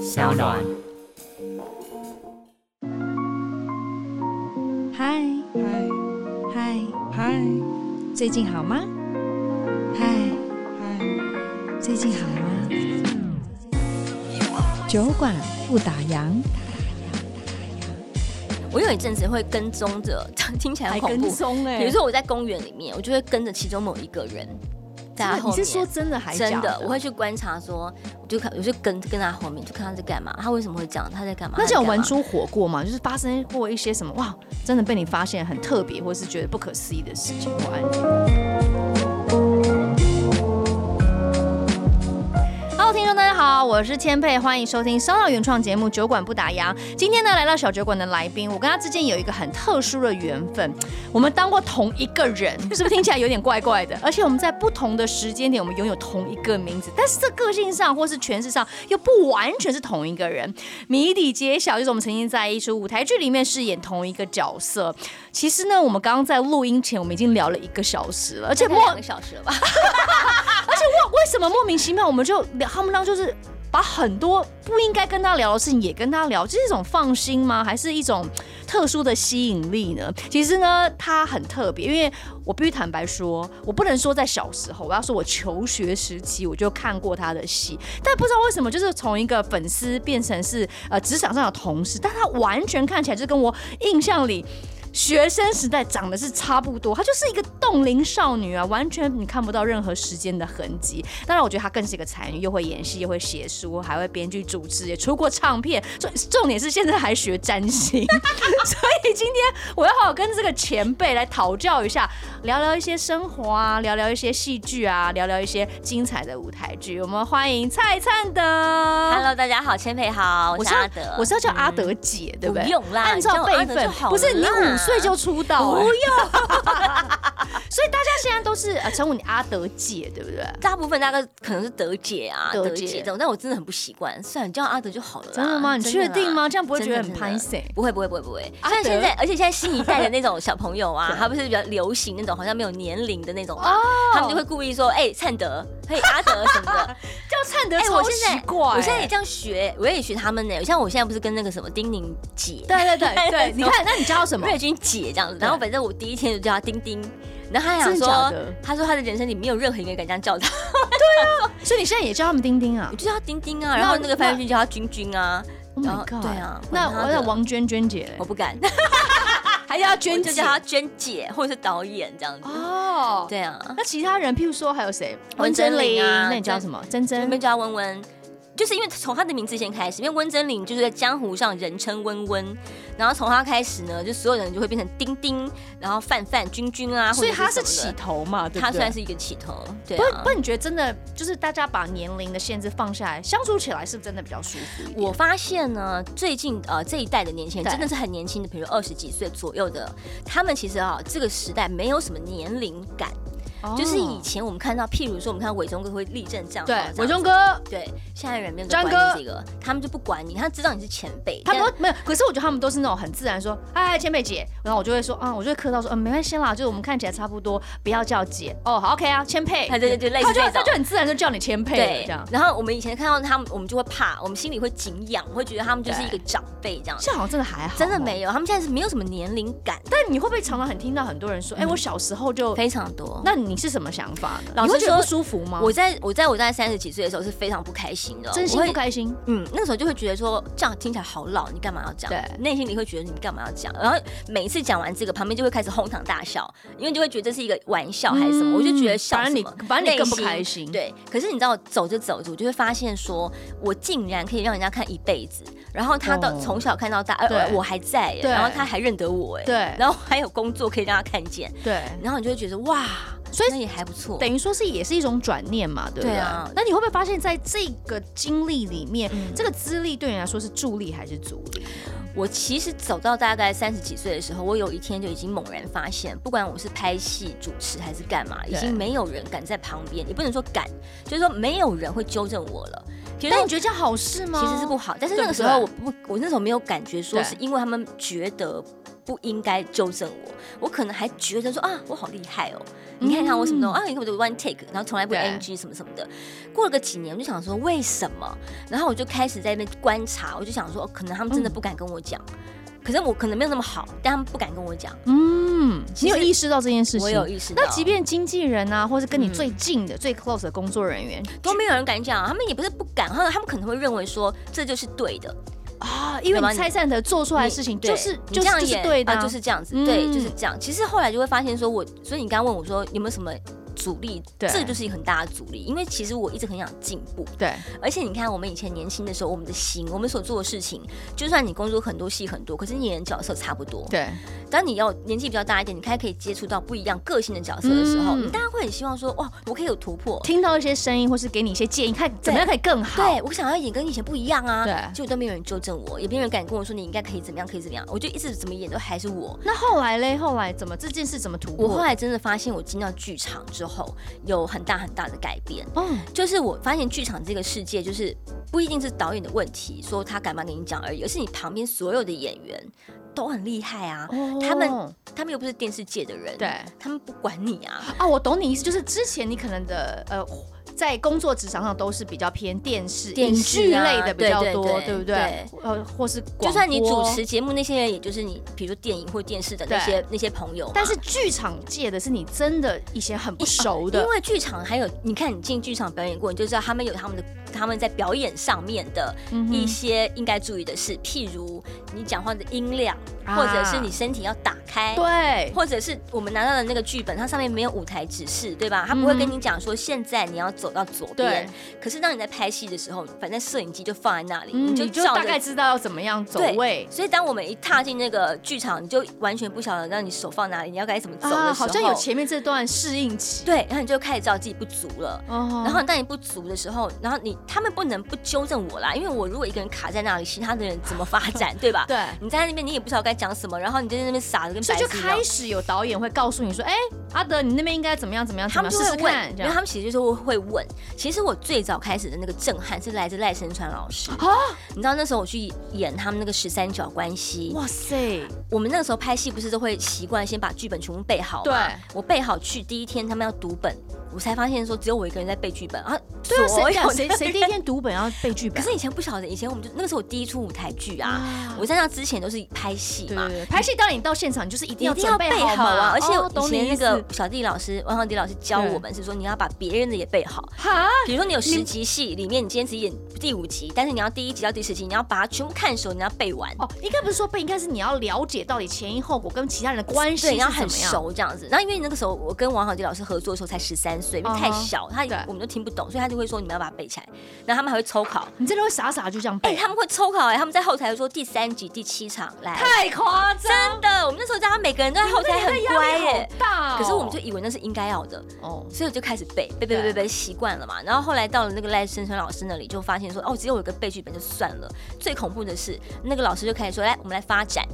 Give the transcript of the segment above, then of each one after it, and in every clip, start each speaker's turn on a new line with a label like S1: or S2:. S1: 小暖。
S2: 嗨
S3: 嗨
S2: 嗨，
S3: 嗨
S2: 最近好吗？嗨，
S3: 嗨，
S2: 最近好吗？酒馆不打烊，
S4: 我有一阵子会跟踪着， 听起来很恐怖。
S3: 踪哎
S4: 比如说我在公园里面，我就会跟着其中某一个人，在他后
S3: 你
S4: 面。
S3: 是说真的还是
S4: 真
S3: 假
S4: 的，我会去观察说，我就看，我就跟跟他后面，就看他在干嘛，他为什么会这样，他在干嘛？
S3: 那
S4: 他
S3: 这
S4: 在
S3: 有
S4: 干嘛
S3: 玩出火过吗？就是发生过一些什么哇，真的被你发现很特别，或是觉得不可思议的事情或案件？Hello，听众大家好，我是千佩，欢迎收听骚扰原创节目《酒馆不打烊》。今天呢，来到小酒馆的来宾，我跟他之间有一个很特殊的缘分，我们当过同一个人， 是不是听起来有点怪怪 的？而且我们在不同的时间点，我们拥有同一个名字，但是这个性上或是诠释上又不完全是同一个人。谜底揭晓，就是我们曾经在一出舞台剧里面饰演同一个角色。其实呢，我们刚刚在录音前，我们已经聊了一个小时了，而且
S4: 大概
S3: 莫
S4: 两个小时了吧？
S3: 为什么莫名其妙我们就聊他们当就是把很多不应该跟他聊的事情也跟他聊，这是一种放心吗？还是一种特殊的吸引力呢？其实呢，他很特别，因为我必须坦白说，我不能说在小时候，我要说我求学时期我就看过他的戏，但不知道为什么，就是从一个粉丝变成是呃职场上的同事，但他完全看起来就跟我印象里。学生时代长得是差不多，她就是一个冻龄少女啊，完全你看不到任何时间的痕迹。当然，我觉得她更是一个才女，又会演戏，又会写书，还会编剧、主持，也出过唱片。重重点是现在还学占星，所以今天我要好好跟这个前辈来讨教一下，聊聊一些生活啊，聊聊一些戏剧啊，聊聊一些精彩的舞台剧。我们欢迎蔡灿德。
S4: Hello，大家好，千培好，我
S3: 我
S4: 是
S3: 要
S4: 阿德，
S3: 我是要叫阿德姐，对不
S4: 嗯
S3: 对？
S4: 不用啦
S3: 按
S4: 你叫
S3: 照
S4: 我
S3: 辈
S4: 阿德
S3: 分
S4: 就好，
S3: 不是
S4: 了
S3: 你
S4: 啦
S3: 五岁就出道、
S4: 不
S3: 哎 所以大家现在都是呃称呼你阿德姐，对不对？
S4: 大部分大概可能是德姐啊，
S3: 德
S4: 德
S3: 姐
S4: 姐这种，但我真的很不习惯，算了，你叫阿德就好了啦。
S3: 真的吗？你
S4: 的
S3: 确
S4: 啦
S3: 定吗？？这样不会
S4: 真
S3: 觉
S4: 的
S3: 得很
S4: 真的
S3: 拍谁？
S4: 不会不会不会不会，
S3: 阿
S4: 像现
S3: 德
S4: 在，而且现在新一代的那种小朋友啊，他不是比较流行那种好像没有年龄的那种
S3: 哦
S4: 嘛，他们就会故意说，哎，灿德，嘿，阿德什么 的。
S3: 叫灿德
S4: 哎，
S3: 超
S4: 我
S3: 奇
S4: 现在
S3: 怪、
S4: 我现在也
S3: 哎
S4: 这样学，我也学他们呢。像我现在不是跟那个什么丁宁姐、
S3: 对 对对对，
S4: 什么
S3: 你看，那你叫什么？
S4: 瑞君姐这样子，
S3: 对
S4: 然后反正我第一天就叫她丁丁，然后他想
S3: 真的假
S4: 说
S3: 的，
S4: 他说他的人生里没有任何一个人敢这样叫他，
S3: 所以你现在也叫他们丁丁啊
S4: 我就叫他丁丁啊，然后那个范瑞君叫他君君啊，
S3: ？Oh
S4: 然
S3: my
S4: 后
S3: god！
S4: 对啊
S3: 那
S4: 管他
S3: 我那
S4: 的
S3: 王娟娟姐嘞
S4: 我，不敢。
S3: 还是要娟
S4: 就
S3: 姐
S4: 叫她娟姐或者是导演这样子。
S3: 哦。
S4: 对啊，
S3: 那其他人，譬如说还有谁？
S4: 文珍玲啊
S3: 那你叫什么？珍
S4: 那
S3: 珍
S4: 边叫她温温。就是因为从她的名字先开始，因为温真菱就是在江湖上人称温温，然后从她开始呢，就所有人就会变成丁丁，然后范范、君君啊，
S3: 所以他是
S4: 起
S3: 起，头嘛，对不对？
S4: 她算是一个起头，对
S3: 不
S4: 啊
S3: 不，。你觉得真的就是大家把年龄的限制放下来，相处起来是不是真的比较舒服一点？
S4: 我发现呢，最近呃这一代的年轻人
S3: 对
S4: 真的是很年轻的，比如二十几岁左右的，他们其实啊、这个时代没有什么年龄感，
S3: 哦
S4: 就是以前我们看到，譬如说我们看到伟忠哥会立正这样，这
S3: 对
S4: 样子
S3: 伟忠哥，
S4: 对，现在人没有
S3: 张
S4: 在关
S3: 哥
S4: 心这个，他们就不管你，他知道你是前辈，
S3: 他们
S4: 但
S3: 都没有，可是我觉得他们都是那种很自然说，哎，千妹姐，然后我就会说，啊，我就会客套说，嗯，没关系啦，就是我们看起来差不多，不要叫姐，哦，好，OK 啊，千 佩，
S4: 哎对对对类似
S3: 他就
S4: 这种
S3: 他就很自然就叫你千佩了，
S4: 对
S3: 这样，，
S4: 然后我们以前看到他们，我们就会怕，我们心里会敬仰，会觉得他们就是一个长辈这样子。
S3: 现在好像真的还好，
S4: 真的。没有，他们现在是没有什么年龄感，
S3: 但你会不会常常很听到很多人说，哎，我小时候就，
S4: 非常多。
S3: 那你是什么想法呢？
S4: 老
S3: 你
S4: 实
S3: 会觉得不
S4: 说
S3: 舒服吗？
S4: 我在我在我在三十几岁的时候是非常不开心的，
S3: 真心
S4: 我
S3: 不
S4: 会。
S3: 开心，
S4: 嗯，那个时候就会觉得说这样听起来好老，你干嘛要这样？
S3: 对
S4: 内心里会觉得你干嘛要这样？然后每一次讲完这个，旁边就会开始哄堂大笑，因为就会觉得这是一个玩笑还是什么，
S3: 嗯
S4: 我就觉得笑
S3: 反
S4: 什
S3: 正你
S4: 么，
S3: 反正你更不
S4: 内
S3: 开心，，
S4: 对，可是你知道，走着走着，我就会发现说，我竟然可以让人家看一辈子，然后他到
S3: 哦
S4: 从小看到大，呃，
S3: 对
S4: 我还在耶，
S3: 对
S4: 然后他还认得我，哎，
S3: 对
S4: 然后还有工作可以让他看见，
S3: 对。
S4: 然后你就会觉得哇，
S3: 所以
S4: 那也还不错，
S3: 等于说是也是一种转念嘛，对不对？
S4: 对啊
S3: 那你会不会发现，在这个经历里面，
S4: 嗯
S3: 这个资历对你来说是助力还是阻力？
S4: 我其实走到大概三十几岁的时候，我有一天就已经猛然发现，不管我是拍戏、主持还是干嘛，已
S3: 对
S4: 经没有人敢在旁边，也不能说敢，就是说没有人会纠正我了。比如
S3: 但
S4: 说
S3: 你觉得这样好事吗？
S4: 其实是不好。但是那
S3: 对不
S4: 个时候我不，我那时候没有感觉说
S3: 对
S4: 是因为他们觉得不应该纠正我，我可能还觉得说啊，我好厉害哦，你看看我什么都、啊，你看我的 one take，然后从来不
S3: 嗯对
S4: NG 什么什么的。过了个几年，我就想说为什么？然后我就开始在那边观察，我就想说，哦可能他们真的不敢跟我讲，可是我可能没有那么好，但他们不敢跟我讲，
S3: 嗯，
S4: 其
S3: 你有
S4: 实
S3: 意识到这件事情？
S4: 我有意识到。
S3: 那即便经纪人啊，或是跟你
S4: 嗯
S3: 最近的、最 close 的工作人员
S4: 都没有人敢讲，他们也不是不敢，他们他们可能会认为说这就是对的，
S3: 啊，因为
S4: 有吗
S3: 你拆散的做出来的
S4: 你
S3: 啊事情
S4: 对
S3: 就是
S4: 你这
S3: 就是
S4: 样
S3: 就是
S4: 演
S3: 对的
S4: 啊
S3: 啊，
S4: 就是这样子，对，
S3: 嗯
S4: 就是这样。其实后来就会发现说我，所以你刚刚问我说有没有什么阻力，
S3: 对
S4: 这就是一个很大的阻力，因为其实我一直很想进步，
S3: 对，
S4: 而且你看我们以前年轻的时候，我们的心，我们所做的事情，就算你工作很多戏很多，可是你演的角色差不多，
S3: 对，
S4: 当你要年纪比较大一点，你开始可以接触到不一样个性的角色的时候，
S3: 嗯
S4: 你当然会很希望说，哇，哦我可以有突破，
S3: 听到一些声音，或是给你一些建议，看怎么样可以更好。
S4: 对我想要演跟以前不一样啊，
S3: 对
S4: 结果都没有人纠正我，也没有人敢跟我说你应该可以怎么样，可以怎么样，我就一直怎么演都还是我。
S3: 那后来嘞？后来怎么这件事怎么突破？
S4: 我后来真的发现，我进到剧场之后有很大很大的改变，
S3: 哦，
S4: 就是我发现剧场这个世界，就是不一定是导演的问题，说他敢不敢跟你讲而已，而是你旁边所有的演员都很厉害啊，他们他们又不是电视界的人，
S3: 哦对，
S4: 他们不管你啊，
S3: 啊，我懂你意思，就是之前你可能的呃，在工作职场上都是比较偏电视、
S4: 电视啊
S3: 影剧类的比较多，
S4: 对对对
S3: 不对？呃，或是广播
S4: 就算你主持，节目那些人，也就是你，比如说电影或电视的那些那些朋友嘛，
S3: 但是剧场界的是你真的以前很不熟
S4: 啊因
S3: 的，
S4: 为剧场还有，你看你进剧场表演过，你就知道他们有他们的他们在表演上面的
S3: 嗯哼
S4: 一些应该注意的事，譬如你讲话的音量，
S3: 啊
S4: 或者是你身体要打开。
S3: 对
S4: 或者是我们拿到的那个剧本，它上面没有舞台指示，对吧？他不
S3: 嗯
S4: 会
S3: 哼
S4: 跟你讲说现在你要走到左边
S3: 对，，
S4: 可是当你在拍戏的时候，反正摄影机就放在那里，
S3: 嗯
S4: 你就
S3: 你就
S4: 照
S3: 大
S4: 着
S3: 概知道要怎么样走
S4: 对
S3: 位。
S4: 所以当我们一踏进那个剧场，你就完全不晓得让你手放哪里，你要该怎么走的时候，
S3: 啊，好像有前面这段适应期，
S4: 对，然后你就开始知道自己不足了。
S3: 哦
S4: 然后当你不足的时候，然后你他们不能不纠正我啦，因为我如果一个人卡在那里，其他的人怎么发展， 对吧？
S3: 对。
S4: 你在那边你也不知道该讲什么，然后你就在那边傻的跟
S3: 所
S4: 白
S3: 以
S4: 痴
S3: 就
S4: 一样
S3: 开。始有导演会告诉你说：“哎、阿德，你那边应该怎么样怎么样，
S4: 他们
S3: 怎
S4: 就
S3: 么
S4: 会
S3: 样试试看。
S4: 问，”
S3: 这
S4: 因为他
S3: 样
S4: 们其实就是会问。其实我最早开始的那个震撼是来自赖声川老师
S3: 啊
S4: 你知道那时候我去演他们那个十三角关系，
S3: 哇塞，
S4: 我们那个时候拍戏不是都会习惯先把剧本全部背好嘛
S3: 对，
S4: 我背好去第一天他们要读本，我才发现说只有我一个人在背剧本啊。
S3: 对啊，
S4: 所
S3: 谁
S4: 有
S3: 敢谁
S4: 的
S3: 谁第一
S4: 人
S3: 天读本要背剧本？
S4: 可是以前不晓得，以前我们就那个时候我第一出舞台剧啊，
S3: 啊
S4: 我在那之前都是拍戏
S3: 对
S4: 嘛
S3: 对。对，拍戏当然你到现场，你就是一定要
S4: 一定要
S3: 准
S4: 背
S3: 备
S4: 好
S3: 嘛
S4: 啊！而且
S3: 哦
S4: 以
S3: 懂你
S4: 前那
S3: 意思
S4: 个小弟老师王小迪老师教我们是说，你要把别人的也背好。
S3: 哈，
S4: 比如说你有十集戏，里面你今天只演第五集，但是你要第一集到第十集，你要把它全部看熟，你要背完。
S3: 哦，应该不是说背，应该是你要了解到底前因后果跟其他人的关系
S4: 对，
S3: 是
S4: 你
S3: 怎
S4: 要
S3: 么
S4: 很
S3: 样。
S4: 熟这样子。然后因为那个时候我跟王小迪老师合作的时候才十三岁，因为太
S3: 嗯哼
S4: 小，他
S3: 对
S4: 我们都听不懂，所以他就会说你们要把它背起来。然后他们还会抽考，
S3: 你真的会傻傻就这样
S4: 哎、
S3: 背？
S4: 他们会抽考哎、他们在后台说第三集第七场来。
S3: 太夸张，
S4: 真的，我们那时候叫他每个人都在后台很乖
S3: 压力
S4: 耶、
S3: 好大哦。
S4: 可是我们就以为那是应该要的，
S3: 哦，
S4: 所以我就开始背背背背背背习惯了嘛。然后后来到了那个赖声川老师那里，就发现说哦，只有我一个背剧本就算了。最恐怖的是，那个老师就开始说来，我们来发展，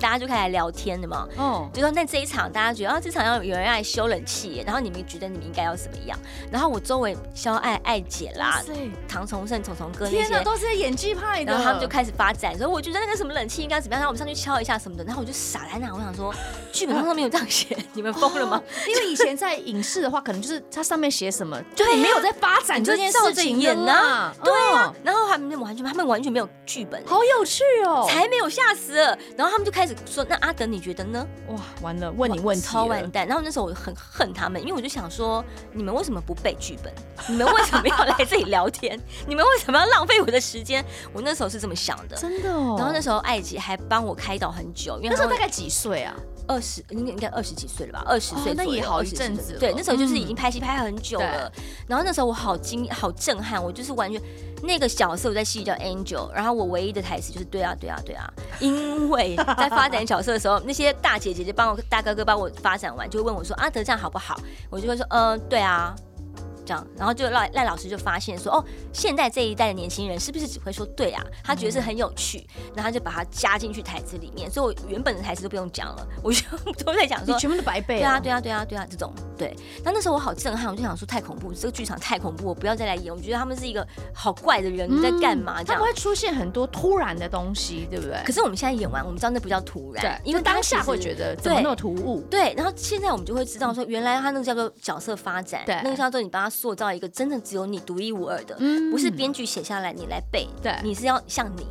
S4: 大家就开始聊天了嘛。
S3: 哦，
S4: 就说那这一场大家觉得啊，这场要有人来修冷气耶，然后你们觉得你们应该要怎么样？然后我周围肖爱爱姐
S3: 哇
S4: 啦、
S3: 塞，
S4: 唐崇盛、虫虫哥那
S3: 天哪，
S4: 些。
S3: 都是演技派的，
S4: 然后他们就开始发展，说我觉得那个什么冷气应该怎么样，然后我们上去敲一下什么的，然后我就傻在那，我想 说剧本上都没有这样写， 你们疯了吗？
S3: 哦因为以前在影视的话，可能就是它上面写什么，就
S4: 对啊
S3: 你没有在发展这件事情的啦
S4: 对啊
S3: 嗯，
S4: 然后他们完全他们完全没有剧本，
S3: 好有趣哦！
S4: 才没有吓死了。然后他们就开始说，那阿德你觉得呢？
S3: 哇，完了，问你问题了，
S4: 超完蛋。然后那时候我很恨他们，因为我就想说，你们为什么不背剧本？你们为什么要来这里聊 天？你们为什么要浪费我的时间？我那时候是这么想的。
S3: 真的哦。
S4: 然后那时候艾姐还帮我开导很久，因为
S3: 那时候
S4: 她
S3: 大概几岁啊？
S4: 二十，应该应该二十几岁了吧，二十
S3: 哦
S4: 岁左右、
S3: 那也好一
S4: 20
S3: 阵
S4: 岁
S3: 子了
S4: 对，那时候就是已
S3: 嗯
S4: 经拍戏拍很久了，然后那时候我好惊，好震撼，我就是完全那个角色我在戏里叫 Angel，然后我唯一的台词就是对啊对啊对啊，因为在发展角色的时候，那些大姐姐就帮我大哥哥帮我发展完，就会问我说啊，德这样好不好？我就会说嗯、呃对啊。这样，然后就赖赖老师就发现说，哦，现在这一代的年轻人是不是只会说对啊？他觉得是很有趣，然后他就把它加进去台词里面，所以我原本的台词都不用讲了，我就 都在讲
S3: 你
S4: 说。
S3: 全部都白背哦
S4: 对啊，
S3: 了。
S4: 对啊，对啊，对啊，这种对。那那时候我好震撼，我就想说太恐怖，这个剧场太恐怖，我不要再来演。我觉得他们是一个好怪的人，你在干嘛这
S3: 它
S4: 样
S3: 不？会出现很多突然的东西，对不对？
S4: 可是我们现在演完，我们知道那不叫突然，因为
S3: 就当下会
S4: 得。
S3: 觉得怎么那么突兀？
S4: 对，然后现在我们就会知道说，原来他那个叫做角色发展，
S3: 对
S4: 那个叫做你帮他塑造一个真的只有你独一无二的，
S3: 嗯
S4: 不是编剧写下来你来背，
S3: 对
S4: 你是要像你。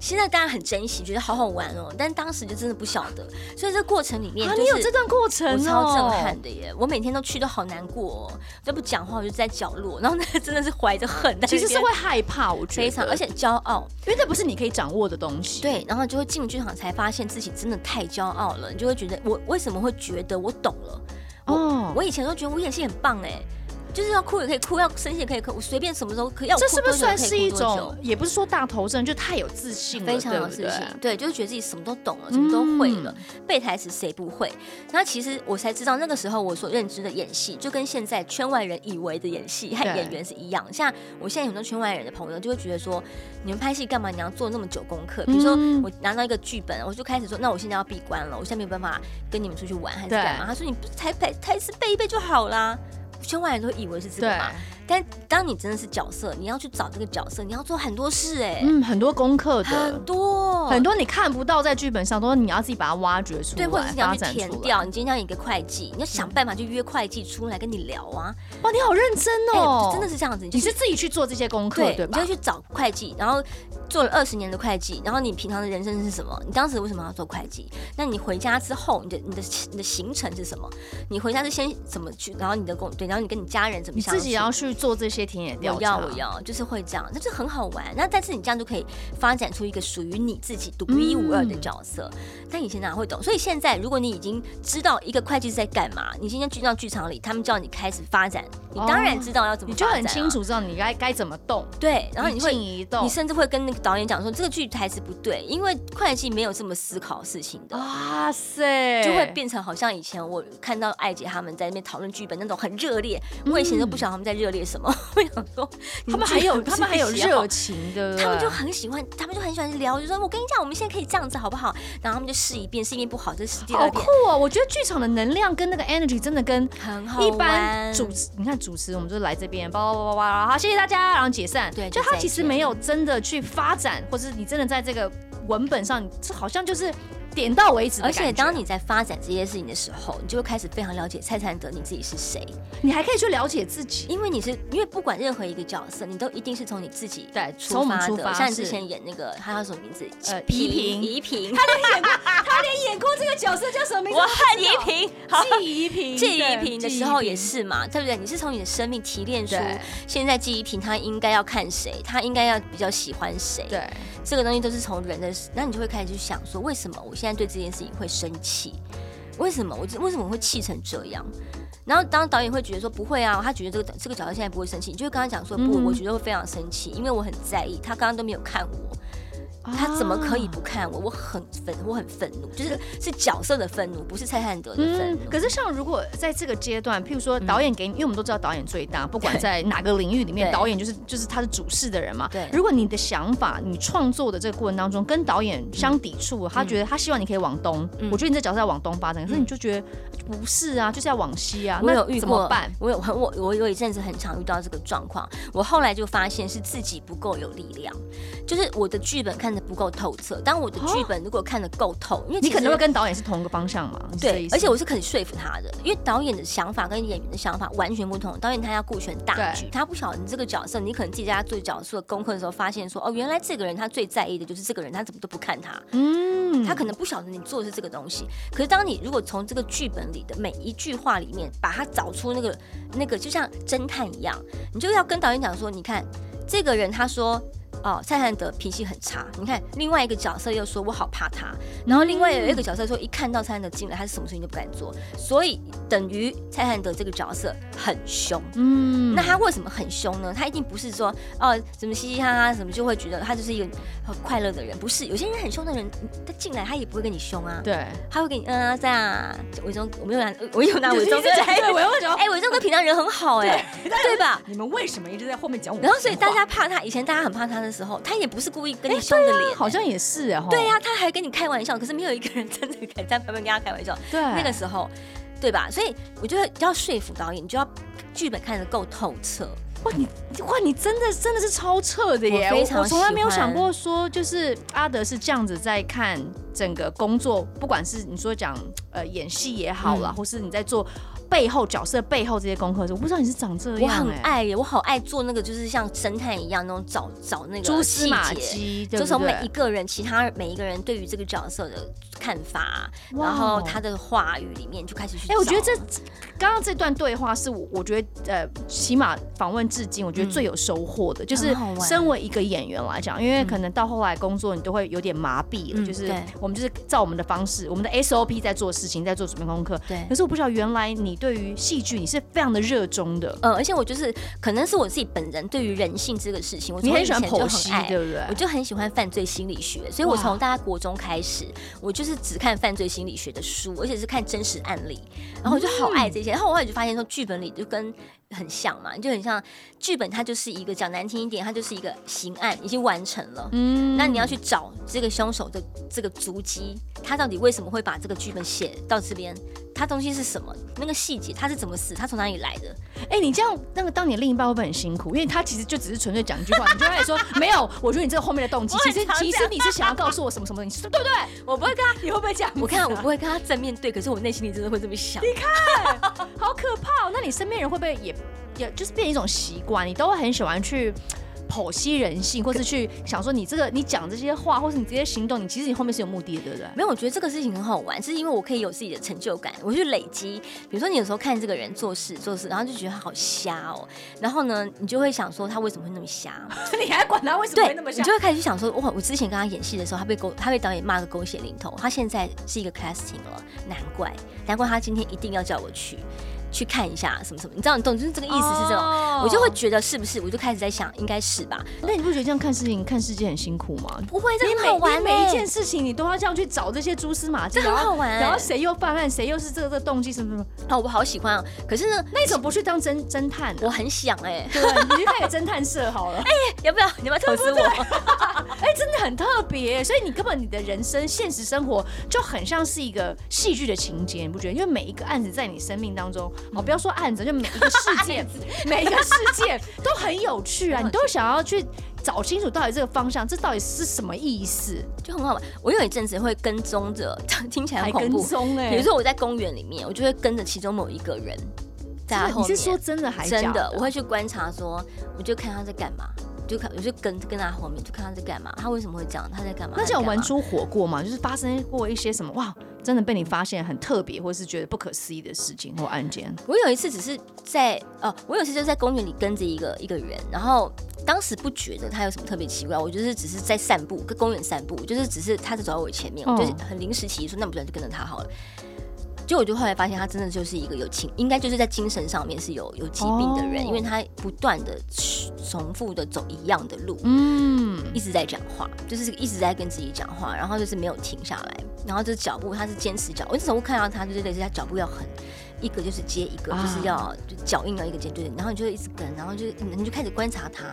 S4: 现在大家很珍惜，觉得好好玩哦，但当时就真的不晓得，所以这过程里面
S3: 啊，
S4: 就是、
S3: 你有这段过程
S4: 我
S3: 哦，
S4: 超震撼的耶！我每天都去都好难过、哦，都不讲话，我就在角落，然后那个真的是怀着恨，
S3: 其实是会害怕，我觉得
S4: 非常，而且骄傲，
S3: 因为那不是你可以掌握的东西。
S4: 对，然后就会进剧场才发现自己真的太骄傲了，你就会觉得我为什么会觉得我懂了？
S3: 哦，
S4: 我以前都觉得我演戏很棒哎、就是要哭也可以哭，要生气也可以哭，我随便什么时候可以。要我
S3: 这
S4: 哭
S3: 是不
S4: 多
S3: 是
S4: 久
S3: 算
S4: 可以
S3: 是
S4: 哭
S3: 一
S4: 多
S3: 种
S4: 久？
S3: 也不是说大头症，就太有自信了，
S4: 非常
S3: 对
S4: 有
S3: 不
S4: 自
S3: 对嗯
S4: 信？，对，就是觉得自己什么都懂了，什么都会了，背台词谁不会？那其实我才知道，那个时候我所认知的演戏，就跟现在圈外人以为的演戏和
S3: 对
S4: 演员是一样。像我现在有很多圈外人的朋友，就会觉得说，你们拍戏干嘛？你要做那么久功课？比如说
S3: 嗯
S4: 我拿到一个剧本，我就开始说，那我现在要闭关了，我现在没有办法跟你们出去玩还是
S3: 对
S4: 干嘛？他说你不是台台台词背一背就好啦。圈外人都以为是这个
S3: 对，
S4: 嘛，但当你真的是角色，你要去找这个角色，你要做很多事哎、
S3: 嗯，很多功课的
S4: 很。多
S3: 很多你看不到在剧本上，都是你要自己把它挖掘出来，
S4: 对，或者是你要
S3: 发
S4: 去
S3: 展
S4: 填
S3: 出来。
S4: 掉。你今天要演一个会计，你要想办法去约会计出来跟你聊啊。
S3: 哇，你好认真
S4: 哎、
S3: 哦，
S4: 真的是这样子，你就
S3: 你是自己去做这些功课，
S4: 对，
S3: 对
S4: 你就
S3: 吧？
S4: 去找会计，然后做了二十年的会计，然后你平常的人生是什么？你当时为什么要做会计？那你回家之后，你的你的你的行程是什么？你回家是先怎么去？然后你的工对，然后你跟你家人怎么
S3: 你
S4: 相处？
S3: 自己要去做这些田野调
S4: 我要
S3: 查。
S4: 我要，就是会这样，那就很好玩。那但是你这样就可以发展出一个属于你自己独一无二的
S3: 嗯
S4: 角色。但以前哪会懂？所以现在，如果你已经知道一个会计是在干嘛，你今天去到剧场里，他们叫你开始发展，你当然知道要怎么、
S3: 哦你
S4: 发
S3: 就
S4: 展啊
S3: 很清。楚知道你该该怎么动，
S4: 对，然后你
S3: 一
S4: 会
S3: 静一动
S4: 你甚至会跟那个导演讲说，这个剧台词不对，因为会计没有这么思考事情
S3: 哦
S4: 的，
S3: 哇塞，
S4: 就会变成好像以前我看到艾姐他们在那边讨论剧本那种很热烈，我以前都不晓得他们在热烈什么， 我想说
S3: 嗯他们还有
S4: 你们
S3: 他们还有
S4: 自己要
S3: 热情，对不对？
S4: 他们就很喜欢，他们就很喜欢聊，就说我跟你讲，我们现在可以这样子好不好？然后他们就试一遍，试一遍不好，就试第
S3: 好
S4: 二
S3: 酷
S4: 遍，
S3: 哦！我觉得剧场的能量跟那个 energy 真的跟
S4: 很好
S3: 一般
S4: 玩
S3: 主持，你看主持，我们就来这边，叭叭叭叭，好，谢谢大家，然后解散。
S4: 对
S3: 就
S4: 就
S3: 他
S4: 再
S3: 其实
S4: 见
S3: 没有真的去发展，或是你真的在这个文本上，这好像就是点到为止的
S4: 而
S3: 感
S4: 且
S3: 觉。
S4: 当你在发展这些事情的时候，你就会开始非常了解蔡灿德你自己是谁，
S3: 你还可以去了解自己，
S4: 因为你是因为不管任何一个角色，你都一定是从你自己
S3: 对从
S4: 出
S3: 我们
S4: 发
S3: 出
S4: 的。
S3: 发
S4: 像你之
S3: 是
S4: 前演那个他叫什么名字？
S3: 呃
S4: 怡
S3: 怡萍
S4: 怡萍，
S3: 演过这个角色叫什么名
S4: 我恨怡萍，好。
S3: 记忆萍，
S4: 记忆
S3: 对
S4: 瓶的
S3: 记
S4: 时
S3: 忆
S4: 候也
S3: 萍
S4: 是嘛，对不对？你是从你的生命提炼出
S3: 对
S4: 现在记忆瓶他应该要看谁，他应该要比较喜欢谁，
S3: 对，
S4: 这个东西都是从人的，那你就会开始去想说，为什么我现在对这件事情会生气？为什么我为什么我会气成这样？然后当导演会觉得说不会啊，他觉得这个这个角色现在不会生气，你就会跟他讲说不，
S3: 嗯
S4: 我觉得会非常生气，因为我很在意，他刚刚都没有看我，他怎么可以不看我？我很愤，我很愤怒，就是是角色的愤怒，不是蔡汉德的愤
S3: 嗯
S4: 怒。，
S3: 可是像如果在这个阶段，譬如说导演给你，因为我们都知道导演最大，不管
S4: 对
S3: 在哪个领域里面，
S4: 对
S3: 导演就是就是他是主事的人嘛。
S4: 对
S3: 如果你的想法，你创作的这个过程当中跟导演相抵触，他觉得他希望你可以往东，
S4: 嗯
S3: 我觉得你这角色要往东发展，可
S4: 嗯
S3: 是你就觉得不是啊，就是要往西啊，
S4: 我
S3: 那
S4: 有遇
S3: 怎么
S4: 过
S3: 办？，
S4: 我有我我有一阵子很常遇到这个状况，我后来就发现是自己不够有力量，就是我的剧本看得不够透彻。当我的剧本如果看得够透，因为
S3: 哦你
S4: 其
S3: 可能
S4: 实
S3: 会跟导演是同一个方向嘛？你是这
S4: 对
S3: 意，思
S4: 而且我是可以说服他的，因为导演的想法跟演员的想法完全不同。导演他要顾全大
S3: 对
S4: 局，他不晓得你这个角色，你可能自己在家做角色功课的时候，发现说哦，原来这个人他最在意的就是这个人，他怎么都不看他，
S3: 嗯
S4: 他可能不晓得你做的是这个东西。可是当你如果从这个剧本里的每一句话里面，把它找出那个那个，就像侦探一样，你就要跟导演讲说，你看这个人他说。哦，蔡汉德脾气很差。你看另外一个角色又说我好怕他，然后另外有一个角色说一看到蔡汉德进来，他什么事情都不敢做，所以等于蔡汉德这个角色很凶。
S3: 嗯
S4: 那他为什么很凶呢？他一定不是说哦，怎么嘻嘻哈哈，怎么就会觉得他就是一个很快乐的人，不是？有些人很凶的人，他进来他也不会跟你凶啊，
S3: 对，
S4: 他会跟你嗯啊这样啊。伟忠，我没有拿，我有拿
S3: 我
S4: 伟忠
S3: 对
S4: 对
S3: 对，我又讲，
S4: 哎，伟忠哥平常人很好哎、对吧？
S2: 你们为什么一直在后面讲我？
S4: 然后所以大家怕他，以前大家很怕他的时候，他也不是故意跟你凶的脸、
S3: 好像也是哎，吼
S4: 对呀、啊他还跟你开玩笑，可是没有一个人真的敢在旁边跟他开玩笑。
S3: 对，
S4: 那个时候，对吧？所以我觉得要说服导演，你就要剧本看得够透彻。
S3: 哇你哇你真的真的是超彻的耶！
S4: 我非常
S3: 我从来没有
S4: 喜欢
S3: 想过说，就是阿德是这样子在看整个工作，不管是你说讲呃演戏也好啦，
S4: 嗯
S3: 或是你在做背后角色背后这些功课的时候，我不知道你是长这样、欸，
S4: 我很爱耶，我好爱做那个，就是像侦探一样那种找找那个
S3: 蛛丝
S4: 细
S3: 马
S4: 节
S3: 迹，对
S4: 就
S3: 不
S4: 从每一
S3: 对？
S4: 个人、其他每一个人对于这个角色的看法，
S3: 哇哦
S4: 然后他的话语里面就开始去找。
S3: 哎、我觉得这刚刚这段对话是我我觉得呃，起码访问至今，我觉得最有收获的，就是
S4: 嗯很好玩
S3: 身为一个演员来讲，因为可能到后来工作你都会有点麻痹了，
S4: 嗯
S3: 就是
S4: 对
S3: 我们就是照我们的方式，我们的 SOP 在做事情，在做准备功课。
S4: 对
S3: 可。是我不知道，原来你对于戏剧你是非常的热衷的，
S4: 呃，而且我就是，可能是我自己本人对于人性这个事情，我
S3: 你
S4: 从
S3: 很
S4: 以
S3: 喜欢
S4: 前就
S3: 剖
S4: 很
S3: 析，
S4: 爱
S3: 对不对
S4: 我？就很喜欢犯罪心理学，所以我
S3: 哇
S4: 从大家国中开始，我就是只看犯罪心理学的书，而且是看真实案例，然后我就好爱这些。然后我后来就发现说，剧本里就跟很像嘛，就很像剧本，它就是一个讲难听一点，它就是一个刑案已经完成了。
S3: 嗯
S4: 那你要去找这个凶手的这个足迹，他到底为什么会把这个剧本写到这边？他东西是什么？那个细节他是怎么死？他从哪里来的？
S3: 哎、你这样那个当你的另一半会不会很辛苦？因为他其实就只是纯粹讲一句话，你就开始说 没有，我觉得你这个后面的动机，
S4: 我
S3: 其
S4: 很
S3: 实
S4: 常
S3: 其实
S4: 这样
S3: 你是想要告诉我什么什么，你说对不对？
S4: 我不会跟他，
S3: 你会不会这样？啊
S4: 我看我不会跟他正面对，可是我内心里真的会这么想。
S3: 好可怕、哦！那你身边人会不会也也就是变成一种习惯？你都会很喜欢去剖析人性，或是去想说你这个你讲这些话，或是你这些行动，你其实你后面是有目的的，对不对？
S4: 没有，我觉得这个事情很好玩，是因为我可以有自己的成就感，我去累积。比如说，你有时候看这个人做事做事，然后就觉得他好瞎哦，然后呢，你就会想说他为什么会那么 瞎？
S3: 你还管他为什么会那么
S4: 你
S3: 像
S4: 就？会开始去想说，哇，我之前跟他演戏的时候，他被狗，他被导演骂个狗血淋头，他现在是一个 casting 了，难怪，难怪他今天一定要叫我去去看一下什么什么，你知道，你懂，就是这个意思是这种。
S3: 哦
S4: 我就会觉得是不是，我就开始在想，应该是吧？
S3: 那你不觉得这样看事情、看世界很辛苦吗？
S4: 不会，这
S3: 你
S4: 很
S3: 每
S4: 好玩、欸、
S3: 你每一件事情，你都要这样去找这些蛛丝马迹，
S4: 这很
S3: 然后
S4: 好玩欸
S3: 然后谁又犯案，谁又是这个这个动机什么什么？
S4: 哦，我好喜欢哦。可是呢，
S3: 那你怎么不去当侦侦探呢、
S4: 我很想哎、
S3: 对不对，你去开个侦探社好了。哎、
S4: 要不要？你要不要投资我？
S3: 真的很特别，欸所以你根本你的人生、现实生活就很像是一个戏剧的情节，你不觉得？因为每一个案子在你生命当中，
S4: 嗯
S3: 哦，不要说案子，就每一个事 件，每一个事件都很有趣啊，
S4: 很有趣
S3: 你都想要去找清楚到底这个方向，这到底是什么意思？
S4: 就很好玩。我有一阵子会跟踪着， 听起来
S3: 还
S4: 很恐
S3: 跟
S4: 怖。
S3: 踪哎、
S4: 比如说我在公园里面，我就会跟着其中某一个人在他
S3: 真的，
S4: 后
S3: 你
S4: 面。
S3: 是说真的还是
S4: 真
S3: 假
S4: 的？我会去观察说，我就看他在干嘛，就看我就跟跟他后面，就看他在干嘛，他为什么会这样，他在干嘛？
S3: 那这
S4: 他
S3: 有
S4: 在干
S3: 玩
S4: 嘛
S3: 出火过吗？就是发生过一些什么哇，真的被你发现很特别，或是觉得不可思议的事情或案件？
S4: 我有一次只是在哦，我有一次就在公园里跟着一个一个人，然后当时不觉得他有什么特别奇怪，我就是只是在散步，跟公园散步，就是只是他在走到我前面，
S3: 嗯
S4: 我就是很临时起意说，那不然就跟着他好了。结果我就后来发现，他真的就是一个有情，应该就是在精神上面是有有疾病的人，
S3: 哦
S4: 因为他不断的重复的走一样的路，
S3: 嗯，
S4: 一直在讲话，就是一直在跟自己讲话，然后就是没有停下来，然后就是脚步，他是坚持脚。我那时候看到他就是类似他脚步要很，一个就是接一个，
S3: 啊
S4: 就是要就脚印要一个接，对，然后你就一直跟，然后就你就开始观察他。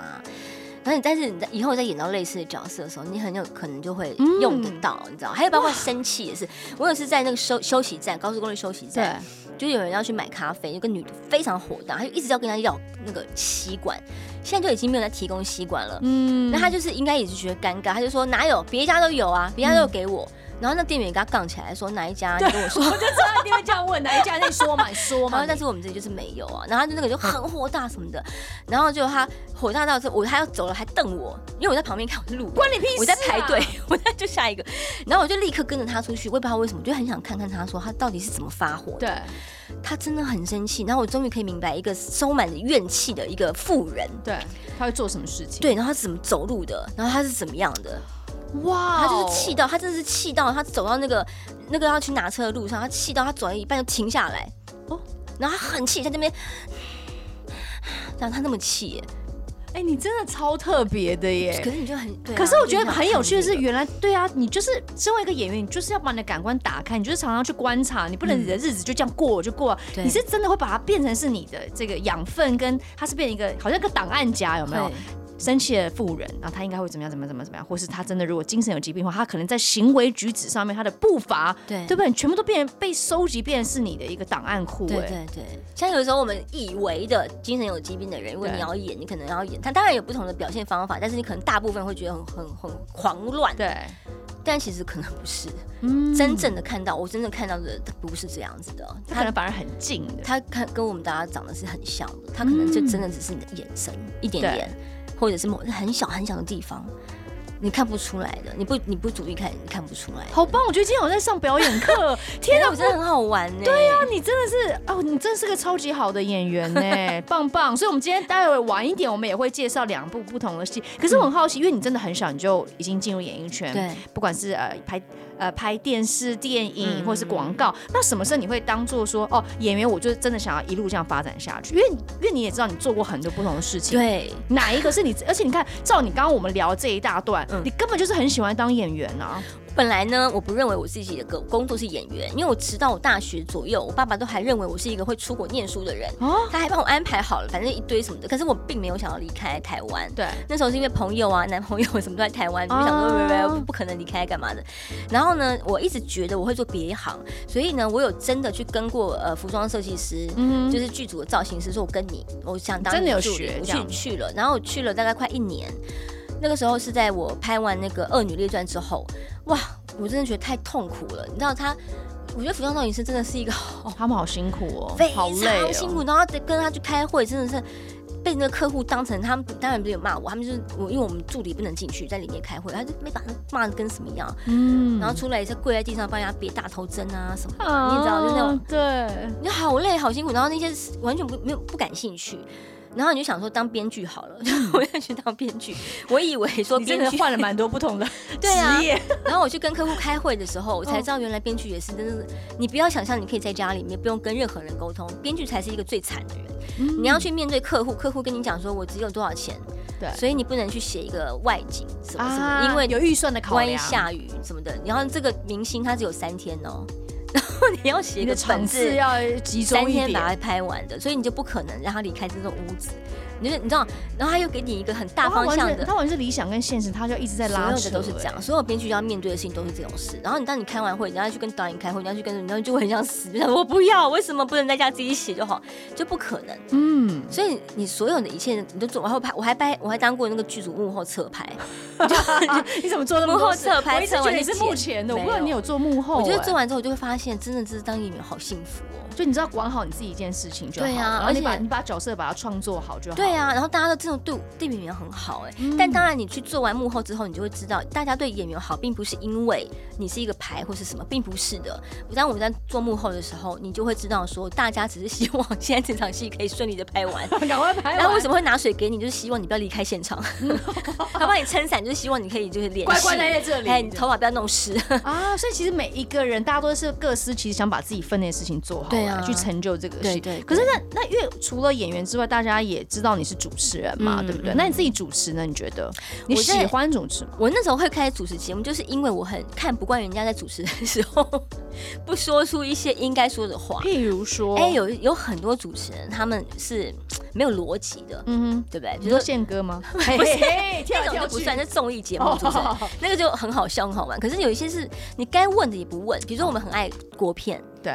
S4: 然后你，但是你在以后在演到类似的角色的时候，你很有可能就会
S3: 嗯
S4: 用得到，你知道？还有包括生气也是，我有次在那个休休息站，高速公路休息
S3: 对
S4: 站，，就有人要去买咖啡，有个女的非常火大，她就一直要跟人家要那个吸管，现在就已经没有在提供吸管了，
S3: 嗯
S4: 那他就是应该也是觉得尴尬，他就说哪有，别家都有啊，别家
S3: 嗯
S4: 都有给我。然后那店员也跟他杠起来，说哪一家？你跟我说。
S3: 他一定会这样问的，一家那说嘛，你说
S4: 然后
S3: 嘛，
S4: 但是我们这里就是没有啊。然后他就那个就很火大什么的，然后就他火大到这，我他要走了还瞪我，因为我在旁边看我路人，
S3: 关你屁事、啊
S4: 我在排队，，我在就就下一个，然后我就立刻跟着他出去，我也不知道为什么，我就很想看看他说他到底是怎么发火的。
S3: 对，
S4: 他真的很生气，然后我终于可以明白一个充满着怨气的一个妇人，
S3: 对，他会做什么事情？，
S4: 对，然后他是怎么走路的，然后他是怎么样的，
S3: 哇
S4: 他
S3: 哦，
S4: 就是气到，他真的是气到，他走到那个那个要去拿车的路上，他气到他走到一半就停下来，哦
S3: 哦，
S4: 然后他很气，在那边，然后他那么气耶，
S3: 哎、你真的超特别的耶
S4: 可。是你就很对啊、
S3: 可是我觉
S4: 你就
S3: 得
S4: 想
S3: 很有趣的是，
S4: 看这个
S3: 原来对啊，你就是身为一个演员，你就是要把你的感官打开，你就是常常去观察，你不能
S4: 嗯
S3: 你的日子就这样过就过，
S4: 对
S3: 你是真的会把它变成是你的这个养分，跟它是变成一个好像一个档案夹，有没有
S4: 对？
S3: 生气的妇人，啊然后他应该会怎么样？怎么样怎么样怎么样？或是他真的如果精神有疾病的话，他可能在行为举止上面，他的步伐，
S4: 对
S3: 对不对？全部都变成被收集，变成是你的一个档案库、
S4: 对
S3: 哎
S4: 对对，像有时候我们以为的精神有疾病的人，如果
S3: 对
S4: 你要演，你可能要演他，当然有不同的表现方法，但是你可能大部分会觉得很很很狂乱，
S3: 对，
S4: 但其实可能不是。
S3: 嗯
S4: 真正的看到，我真正看到的不是这样子的，
S3: 他可
S4: 他
S3: 能反而很近的，
S4: 他看跟我们大家长得是很像的，他可能就真的只是你的眼神、一点点，或者是某很小很小的地方。你看不出来的，你不你不注意看，你看不出来的。
S3: 好棒！我觉得今天我在上表演课，哦天
S4: 哎，
S3: 哪！
S4: 我真的很好玩呢、对啊呀、
S3: 哇你真的是哦，你真是个超级好的演员呢， 棒棒！所以，我们今天待会晚一点，我们也会介绍两部不同的戏。可是我很好奇，因为你真的很小你就已经进入演艺圈，
S4: 对，
S3: 不管是呃拍呃拍电视、电影
S4: 嗯
S3: 或者是广告，那什么时候你会当做说哦演员，我就真的想要一路这样发展下去？因为因为你也知道你做过很多不同的事情，
S4: 对，
S3: 哪一个是你？而且你看，照你刚刚我们聊这一大段，
S4: 嗯
S3: 你根本就是很喜欢当演员啊！
S4: 本来呢，我不认为我自己的工工作是演员，因为我直到我大学左右，我爸爸都还认为我是一个会出国念书的人，
S3: 哦，
S4: 他还帮我安排好了，反正一堆什么的。可是我并没有想要离开台湾。
S3: 对，
S4: 那时候是因为朋友啊、男朋友什么都在台湾，就
S3: 啊
S4: 想说喂喂喂不可能离开干嘛的。然后呢，我一直觉得我会做别行，所以呢，我有真的去跟过呃服装设计师，
S3: 嗯
S4: 就是剧组的造型师，说我跟你，我想当
S3: 真的
S4: 你
S3: 有
S4: 助理
S3: 学
S4: 我
S3: 这样
S4: 去去了，然后我去了大概快一年。那个时候是在我拍完那个《恶女列传》之后，哇，我真的觉得太痛苦了。你知道他，我觉得服装造型师真的是一个好
S3: 他们好辛苦哦，
S4: 非
S3: 好累哦
S4: 常辛苦，然后再跟他去开会，真的是被那个客户当成他们，当然不是有骂我，他们就是我，因为我们助理不能进去，在里面开会，他就没把他骂的跟什么一样，
S3: 嗯
S4: 然后出来再跪在地上帮人家别大头针啊什么的，
S3: 啊
S4: 你知道，就那种
S3: 对，
S4: 你好累好辛苦，然后那些是完全不没有不感兴趣。然后你就想说当编剧好了， 我要去当编剧。我以为说
S3: 你真
S4: 编
S3: 的
S4: 剧
S3: 换了蛮多不同 的
S4: 对啊
S3: 职业，
S4: 然后我去跟客户开会的时候，
S3: 嗯
S4: 我才知道原来编剧也是真的是，你不要想象你可以在家里面不用跟任何人沟通，编剧才是一个最惨的人。
S3: 嗯
S4: 你要去面对客户，客户跟你讲说我只有多少钱，
S3: 对啊
S4: 所以你不能去写一个外景什么什么，因为
S3: 有预算的考
S4: 万一
S3: 量，
S4: 下雨什么的。然后这个明星他只有三天哦，然后你要写一
S3: 你
S4: 个
S3: 的
S4: 本
S3: 场
S4: 子
S3: 次。要集
S4: 三
S3: 中一
S4: 天把它
S3: 点。
S4: 拍完的，所以你就不可能让他离开这栋屋子。你就你知道，然后他又给你一个很大
S3: 他
S4: 方
S3: 哦完
S4: 向
S3: 全，
S4: 的，
S3: 他完全是理想跟现实，他就一直在拉
S4: 所
S3: 扯，欸
S4: 有的都是这样，所有编剧要面对的事情都是这种事。然后你当你开完会，你要去跟导演开会，你要去跟，你要就会很想死，就想我不要，为什么不能在家自己写就好？就不可能。
S3: 嗯，
S4: 所以你所有的一切你都做，然后拍，我还拍，我还当过那个剧组幕后侧拍，
S3: 你怎么做那么
S4: 幕后
S3: 多事？
S4: 侧拍
S3: 我一直
S4: 侧
S3: 觉
S4: 完
S3: 得你
S4: 就是剪
S3: 幕前的，我
S4: 没
S3: 不知道
S4: 有
S3: 你有做幕后。
S4: 我觉得
S3: 哎
S4: 做完之后，我就会发现，真的就是当演员好幸福哦。
S3: 就你知道管好你自己一件事情就好，
S4: 对啊
S3: 然后你把
S4: 而且
S3: 你把角色把它创作好就好。
S4: 对，啊，然后大家都这种对我对演员很好哎、但当然你去做完幕后之后，你就会知道，大家对演员好，并不是因为你是一个牌或是什么，并不是的。当我们在做幕后的时候，你就会知道说，大家只是希望现在这场戏可以顺利的拍完。
S3: 赶快拍完。
S4: 那为什么会拿水给你？就是希望你不要离开现场， 他帮你撑伞，就是希望你可以就是联系，
S3: 乖乖待在这里
S4: 哎，你头发不要弄湿。
S3: 啊？所以其实每一个人，大家都是各司其实想把自己分内的事情做好，
S4: 对啊
S3: 哎去成就这个
S4: 对
S3: 事。
S4: 对对
S3: 可是那那因为除了演员之外，大家也知道你是主持人嘛，
S4: 嗯
S3: 对不对？
S4: 嗯
S3: 那你自己主持呢？你觉得你
S4: 我在
S3: 喜欢主持吗？
S4: 我那时候会开始主持节目，就是因为我很看不惯人家在主持的时候 不说出一些应该说的话。
S3: 譬如说，
S4: 哎、有有很多主持人他们是没有逻辑的，
S3: 嗯哼，
S4: 对不对？比
S3: 你
S4: 如
S3: 说
S4: 说。
S3: 宪哥吗？不
S4: 不是 那种就不算，那综艺节目主持人
S3: 哦
S4: 那个就很好笑很好玩。可是有一些是你该问的也不问，比如说我们很爱国片，
S3: 对，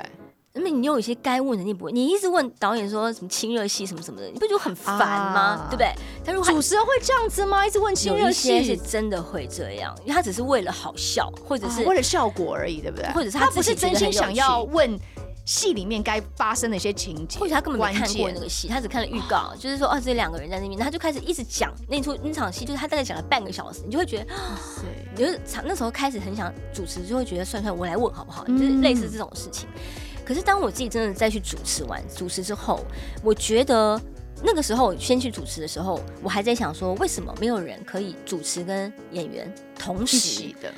S4: 那么你有一些该问的你也不问，你一直问导演说什么亲热戏什么什么的，你不觉得很烦吗？
S3: 啊
S4: 对不对？他如果他
S3: 主持人会这样子吗？一直问亲
S4: 有
S3: 热
S4: 一些是
S3: 戏，
S4: 真的会这样，因为他只是为了好笑，或者
S3: 啊
S4: 是
S3: 为了效果而已，对不对？
S4: 或者是他
S3: 他不
S4: 自己
S3: 是
S4: 觉得
S3: 真心
S4: 很有
S3: 想要
S4: 趣
S3: 问戏里面该发生的一些情节，
S4: 或许他根本没
S3: 关
S4: 看过
S3: 键
S4: 那个戏，他只看了预告，就是说哦，这两个人在那边，然后他就开始一直讲那出那场戏，就是他大概讲了半个小时，你就会觉得，
S3: 对
S4: 你就是常那时候开始很想主持，就会觉得算算我来问好不好，就
S3: 嗯
S4: 是类似这种事情。可是当我自己真的再去主持完主持之后，我觉得那个时候我先去主持的时候，我还在想说，为什么没有人可以主持跟演员同
S3: 一
S4: 时
S3: 起？的，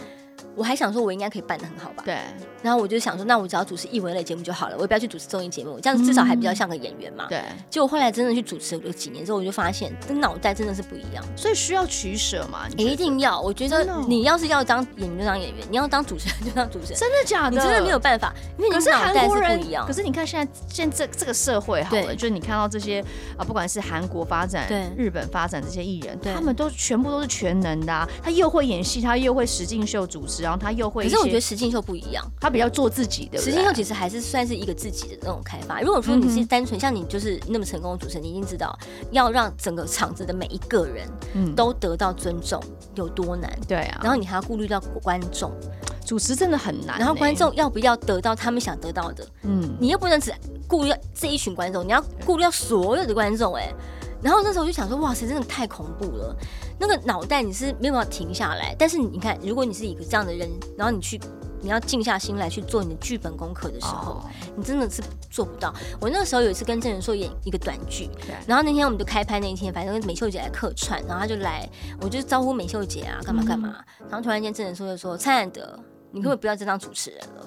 S4: 我还想说，我应该可以办得很好吧。
S3: 对，
S4: 然后我就想说，那我只要主持艺文类节目就好了，我也不要去主持综艺节目，这样子至少还比较像个演员嘛。
S3: 嗯对，
S4: 结果后来真的去主持了几年之后，我就发现，这脑袋真的是不一样。哎
S3: 所以需要取舍嘛？你觉得
S4: 一定要，我觉得
S3: 真的哦
S4: 你要是要当演员就当演员，你要当主持人就当主持人，
S3: 真的假
S4: 你
S3: 的？
S4: 真的没有。办法，因为
S3: 可
S4: 你
S3: 是
S4: 脑
S3: 韩
S4: 袋
S3: 国
S4: 是
S3: 人
S4: 不一样
S3: 可。是你看现在现在这这个社会好了，
S4: 对
S3: 就是你看到这些啊，不管是韩国发展、
S4: 对
S3: 日本发展这些艺人，
S4: 对
S3: 他们都全部都是全能的、啊，他又会演戏，他又会实境秀主持，然后他又会
S4: 可
S3: 一些，
S4: 是我觉得实境秀不一样，
S3: 他比较做自己，对不
S4: 实
S3: 对？
S4: 境秀其实还是算是一个自己的那种开发。如果说你
S3: 嗯
S4: 是
S3: 哼
S4: 单纯像你就是那么成功的主持人，你一定知道要让整个场子的每一个人
S3: 嗯
S4: 都得到尊重有多难，
S3: 对啊，
S4: 然后你还要顾虑到观众，
S3: 主持真的很难欸、
S4: 然后观众要不要得到他们想得到的，
S3: 嗯，
S4: 你又不能只顾虑到这一群观众，你要顾虑到所有的观众哎、然后那时候我就想说，哇塞，真的太恐怖了，那个脑袋你是没有办法停下来。但是你看，如果你是一个这样的人，然后你去。你要静下心来去做你的剧本功课的时候
S3: 哦
S4: 你真的是做不到。我那个时候有一次跟郑仁硕演一个短剧
S3: 对，
S4: 然后那天我们就开拍那一天，反正美秀姐来客串，然后她就来，我就招呼美秀姐啊，干嘛干嘛。然后突然间郑仁硕就说：“蔡安德，你根本不要再当主持人了。”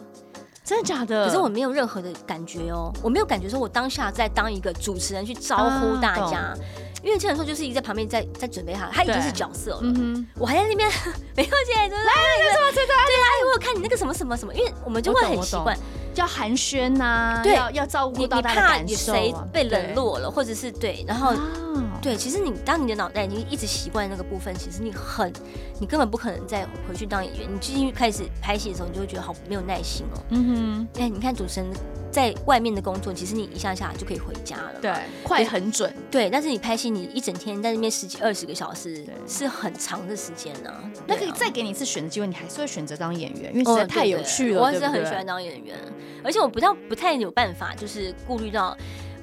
S3: 真的假的？
S4: 可是我没有任何的感觉哦，我没有感觉说我当下在当一个主持人去招呼
S3: 啊
S4: 大家，因为这人说就是一直在旁边在在准备好，他已经是角色了，
S3: 嗯哼，
S4: 我还在那边 没有进来，就是来那个什么这个，对啊，哎我有看你那个什么什么什么，因为我们就
S3: 我
S4: 会
S3: 懂
S4: 很
S3: 我
S4: 习
S3: 懂
S4: 惯，
S3: 要寒暄呐、
S4: 对
S3: 要要照
S4: 你
S3: 顾
S4: 你
S3: 到大家
S4: 怕
S3: 的感
S4: 有
S3: 受、
S4: 谁
S3: 啊，
S4: 被冷落了，或者是对，然后
S3: 对。。啊
S4: 对，其实你当你的脑袋已经一直习惯那个部分，其实你很，你根本不可能再回去当演员。你继续开始拍戏的时候，你就会觉得好没有耐心哦。
S3: 嗯
S4: 哎，你看主持人在外面的工作，其实你一下下就可以回家了嘛。
S3: 哼，对，啊快很准，
S4: 对，但是你拍戏，你一整天在那边十几二十个小时
S3: 对，
S4: 是很长的时间呢、
S3: 那可
S4: 对
S3: 以
S4: 啊
S3: 再给你一次选择机会，你还是会选择当演员，因为
S4: 哦
S3: 实在太
S4: 对
S3: 有
S4: 对
S3: 趣了，
S4: 我
S3: 对
S4: 是
S3: 不
S4: 很
S3: 对，
S4: 喜欢当演员，而且我不到不太有办法，就是顾虑到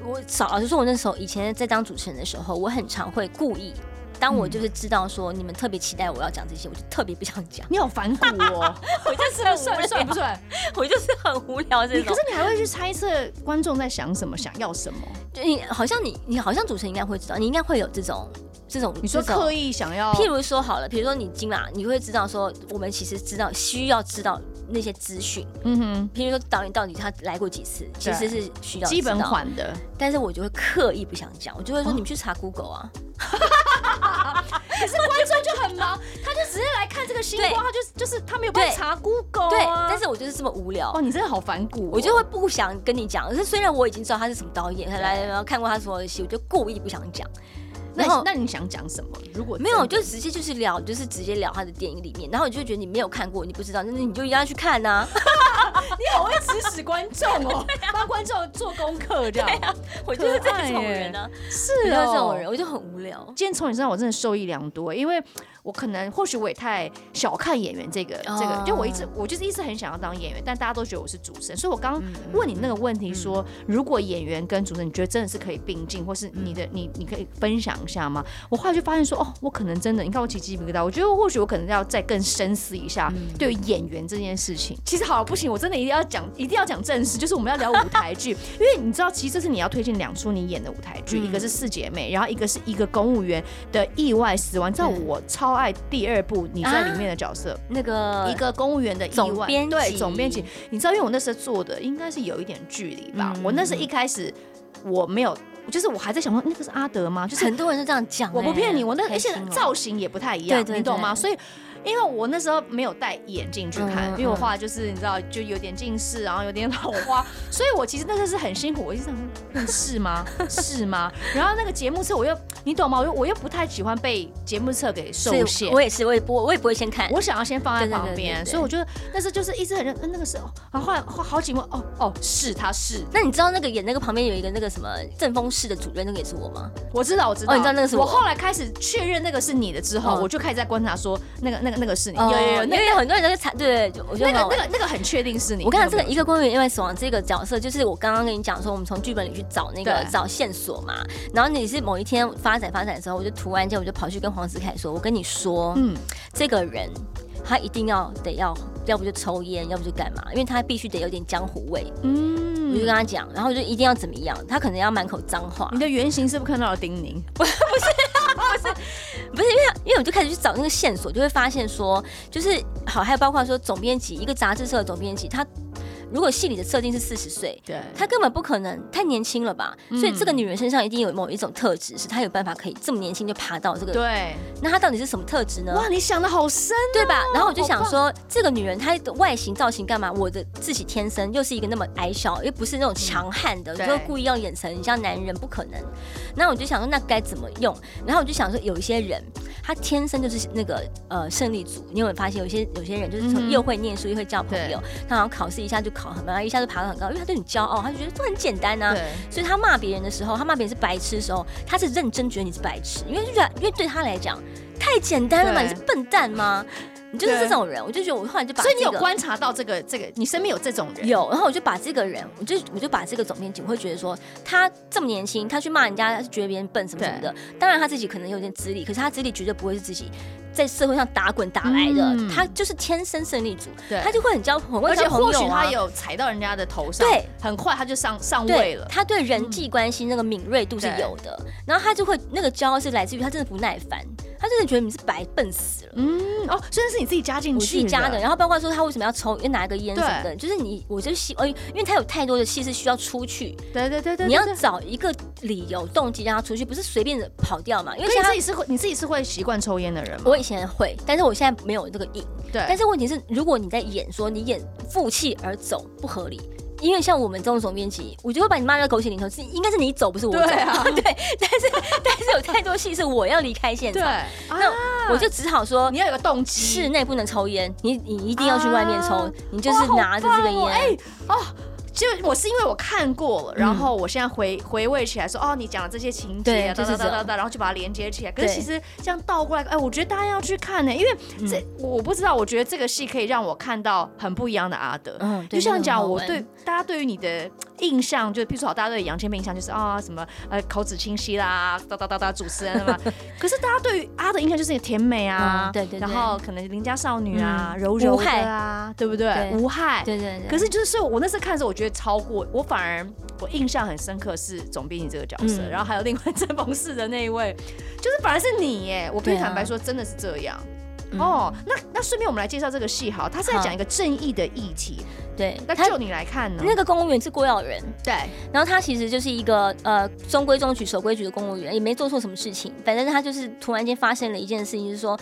S4: 我少老实说，我那时候以前在当主持人的时候，我很常会故意。当我就是知道说你们特别期待我要讲这些，我就特别不想讲
S3: 你好反骨 哦，
S4: 我就是
S3: 不
S4: 很无
S3: 算算不
S4: 聊，
S3: 算？
S4: 我就是很无聊这
S3: 你可
S4: 种
S3: 是。你还会去猜测观众在想什么，想要什么？
S4: 就你好像你你好像主持人应该会知道，你应该会有这种这种
S3: 你说
S4: 这种
S3: 刻意想要，
S4: 譬如说好了，比如说你金马，你会知道说，我们其实知道需要知道那些资讯，
S3: 嗯哼，
S4: 譬如说导演到底他来过几次，其实是需要知道
S3: 基本，款哦的，
S4: 但是我就会刻意不想讲，我就会说你们去查 Google 啊，
S3: 观众就很忙，他就直接来看这个星
S4: 对
S3: 光，他就就是他没有办法
S4: 对
S3: 查 Google，啊
S4: 对，但是我就是这么无聊
S3: 哇，。你真的好反骨哦，
S4: 我就会不想跟你讲，可是虽然我已经知道他是什么导演，来然后看过他所有的戏，我就故意不想讲。
S3: 那
S4: 然后
S3: 那你想讲什么？如果
S4: 没有，
S3: 真
S4: 就
S3: 的
S4: 直接就是聊，就是直接聊他的电影里面，然后你就觉得你没有看过，你不知道，那你就一定要去看啊呐、
S3: 你好会指使观众 哦，帮观众做功课这样，
S4: 啊我就是这种人啊，
S3: 是
S4: 我就是
S3: 哦，
S4: 这种人，我就很无聊。
S3: 今天从你身上我真的受益良多，因为我可能或许我也太小看演员这个、
S4: 哦
S3: 这个，就我一直我就是一直很想要当演员，但大家都觉得我是主持人，所以我刚
S4: 嗯
S3: 刚问你那个问题说，如果演员跟主持人，你觉得真的是可以并进，或是你
S4: 嗯
S3: 的、你你可以分享一下吗？我后来就发现说，哦，我可能真的，你看我起鸡皮疙瘩，我觉得或许我可能要再更深思一下
S4: 嗯
S3: 对于演员这件事情。其实好了，不行，我真的一定要讲，一定要讲正事，就是我们要聊舞台剧，因为你知道，其实这是你要推荐两出你演的舞台剧，
S4: 嗯
S3: 一个是四姐妹，然后一个是一个公务员的意外死亡。你知道
S4: 嗯
S3: 我超爱第二部你在里面的角色，
S4: 那个
S3: 一个公务员的意
S4: 总
S3: 外，
S4: 编辑
S3: 对呃总编辑。你知道，因为我那时候做的应该是有一点距离吧，
S4: 嗯
S3: 我那时候一开始我没有，就是我还在想说嗯那个是阿德吗？就是嗯
S4: 很多人是这样讲、
S3: 我不骗你，
S4: 哎
S3: 我那
S4: 开
S3: 而且
S4: 心哦
S3: 造型也不太一样，
S4: 对对
S3: 你懂吗？
S4: 对
S3: 所以。因为我那时候没有戴眼镜去看，
S4: 嗯嗯
S3: 因为我后来就是你知道，就有点近视，然后有点老 花，所以我其实那时候是很辛苦。我一直想说，嗯 是吗？是吗？然后那个节目册，我又你懂吗？我又我又不太喜欢被节目册给
S4: 所以
S3: 受限
S4: 我。也是，我也不，我也不会先看。
S3: 我想要先放在
S4: 对对
S3: 旁
S4: 对对
S3: 边，
S4: 对
S3: 所以我就那时候就是一直很认嗯那个时候，然后后来后好几幕哦哦是他是，
S4: 那你知道那个演那个旁边有一个那个什么正风室的主任，那个也是我吗？
S3: 我知道我知道，
S4: 哦你知道那个是
S3: 我
S4: 我
S3: 后来开始确认那个是你的之后，
S4: 嗯
S3: 我就开始在观察说那个那个那个是你，
S4: 哦
S3: 有有有，
S4: 因
S3: 那
S4: 为
S3: 个
S4: 很多人都在猜，对，就我觉
S3: 那
S4: 得很好
S3: 个
S4: 玩
S3: 那个那个很确定是你。
S4: 我跟你讲，
S3: 那
S4: 这个一个公园因为死亡这个角色，就是我刚刚跟你讲说，我们从剧本里去找那个
S3: 对
S4: 找线索嘛。然后你是某一天发展发展的时候，我就突然间我就跑去跟黄子凯说：“我跟你说，
S3: 嗯，
S4: 这个人他一定要得要，要不就抽烟，要不就干嘛，因为他必须得有点江湖味。我就跟
S3: 嗯，
S4: 他讲，然后我就一定要怎么样，他可能要满口脏话
S3: 你，的原型是不是看到了丁宁？
S4: 不是因为因为我就开始去找那个线索，就会发现说，就是好，还有包括说总编辑一个杂志社的总编辑，他如果戏里的设定是四十岁。
S3: 对，
S4: 她根本不可能太年轻了吧？
S3: 嗯
S4: 所以这个女人身上一定有某一种特质，是她有办法可以这么年轻就爬到这个。
S3: 对，
S4: 那她到底是什么特质呢？
S3: 哇，你想的哦好深，
S4: 对吧？然后我就想说，这个女人她的外形造型干嘛？我的自己天生又是一个那么矮小，又不是那种强悍的，
S3: 嗯对
S4: 就故意要眼神像男人，不可能。那我就想说，那该怎么用？然后我就想说，有一些人他天生就是那个呃胜利组，你有没有发现有些有些人就是
S3: 嗯
S4: 从
S3: 哼
S4: 又会念书又会交朋
S3: 对
S4: 友，他好像考试一下就考很高，一下就爬得很高，因为他就很骄傲，他就觉得这很简单啊。
S3: 对，
S4: 所以他骂别人的时候，他骂别人是白痴的时候，他是认真觉得你是白痴，因为就觉得，因为对他来讲太简单了嘛，
S3: 对
S4: 你是笨蛋吗？你就是这种人，我就觉得我后来就把、
S3: 所以你有
S4: 这个
S3: 观察到这个这个，你身边有这种人？
S4: 有，然后我就把这个人，我就我就把这个总编辑，我会觉得说他这么年轻，他去骂人家，他觉得别人笨什么什么的。当然他自己可能有点资历，可是他资历绝对不会是自己在社会上打滚打来的，
S3: 嗯
S4: 他就是天生胜利组，
S3: 对，
S4: 他就会很交朋友，
S3: 而且
S4: 交朋友
S3: 或许
S4: 啊
S3: 他有踩到人家的头上，
S4: 对，
S3: 很快他就上上位
S4: 对
S3: 了，嗯
S4: 他对人际关系那个敏锐度是有的，然后他就会那个骄傲是来自于他真的不耐烦，他真的觉得你是白笨死了。
S3: 嗯，哦，虽然是你自己加进
S4: 我
S3: 去，
S4: 自己加的，，然后包括说他为什么要抽，要拿一个烟什么的，就是你，我就希，呃，因为他有太多的戏是需要出去，
S3: 对对对对，
S4: 你要
S3: 对对
S4: 找一个理由动机让他出去，不是随便的跑掉嘛。因为
S3: 可是
S4: 像
S3: 你
S4: 他，
S3: 自己是会你自己是会习惯抽烟的人吗？
S4: 我以前会，但是我现在没有这个瘾。
S3: 对，
S4: 但是问题是，如果你在演说你演负气而走，不合理。因为像我们这种总编辑，我就会把你骂到狗血淋头，是应该是你走，不是我走。
S3: 对 啊
S4: 对但是但是有太多戏是我要离开现
S3: 对，啊
S4: 场，
S3: 那
S4: 啊那我就只好说
S3: 你，要有个动机，
S4: 室内不能抽烟，你你一定要去外面抽，
S3: 啊
S4: 你就是拿着这个
S3: 哇好棒哦哎
S4: 烟。、
S3: 哦。就我是因为我看过了，然后我现在回回味起来说，哦，你讲的这些情节啊，
S4: 嗯对
S3: 哒
S4: 就是这
S3: 哒哒
S4: 种
S3: 哒哒，然后就把它连接起来。可是
S4: 对嗯
S3: 其实这样倒过来，哎，我觉得大家要去看呢、因为这、我不知道，我觉得这个戏可以让我看到很不一样的阿德。
S4: 嗯
S3: 就像讲，我，
S4: 那个很
S3: 对大家对于你的印象，就譬如说，好大家对杨千霈印象就是啊、什么呃口齿清晰啦，哒哒哒哒主持人啊 嘛。可是大家对于阿的印象就是那个甜美啊，
S4: 嗯对对对嗯
S3: 然后可能邻家少女啊，柔柔
S4: 无
S3: 的
S4: 害
S3: 啊，对不对？
S4: 对
S3: 无害
S4: 好玩。对对对。
S3: 可是就是，所以我那次看的时候，我觉得超过，我反而我印象很深刻是总编辑这个角色，
S4: 嗯
S3: 然后还有另外郑鹏士的那一位，就是反而是你耶，我必须
S4: 对啊
S3: 坦白说，真的是这样。
S4: 嗯
S3: 哦，那那顺便我们来介绍这个戏好，他是在
S4: 好
S3: 讲一个正义的议题，
S4: 对
S3: 那
S4: 他
S3: 就你来看呢？
S4: 那个公务员是郭耀仁，
S3: 对，
S4: 然后他其实就是一个呃中规中矩、守规矩的公务员，也没做错什么事情。反正他就是突然间发生了一件事情，就是说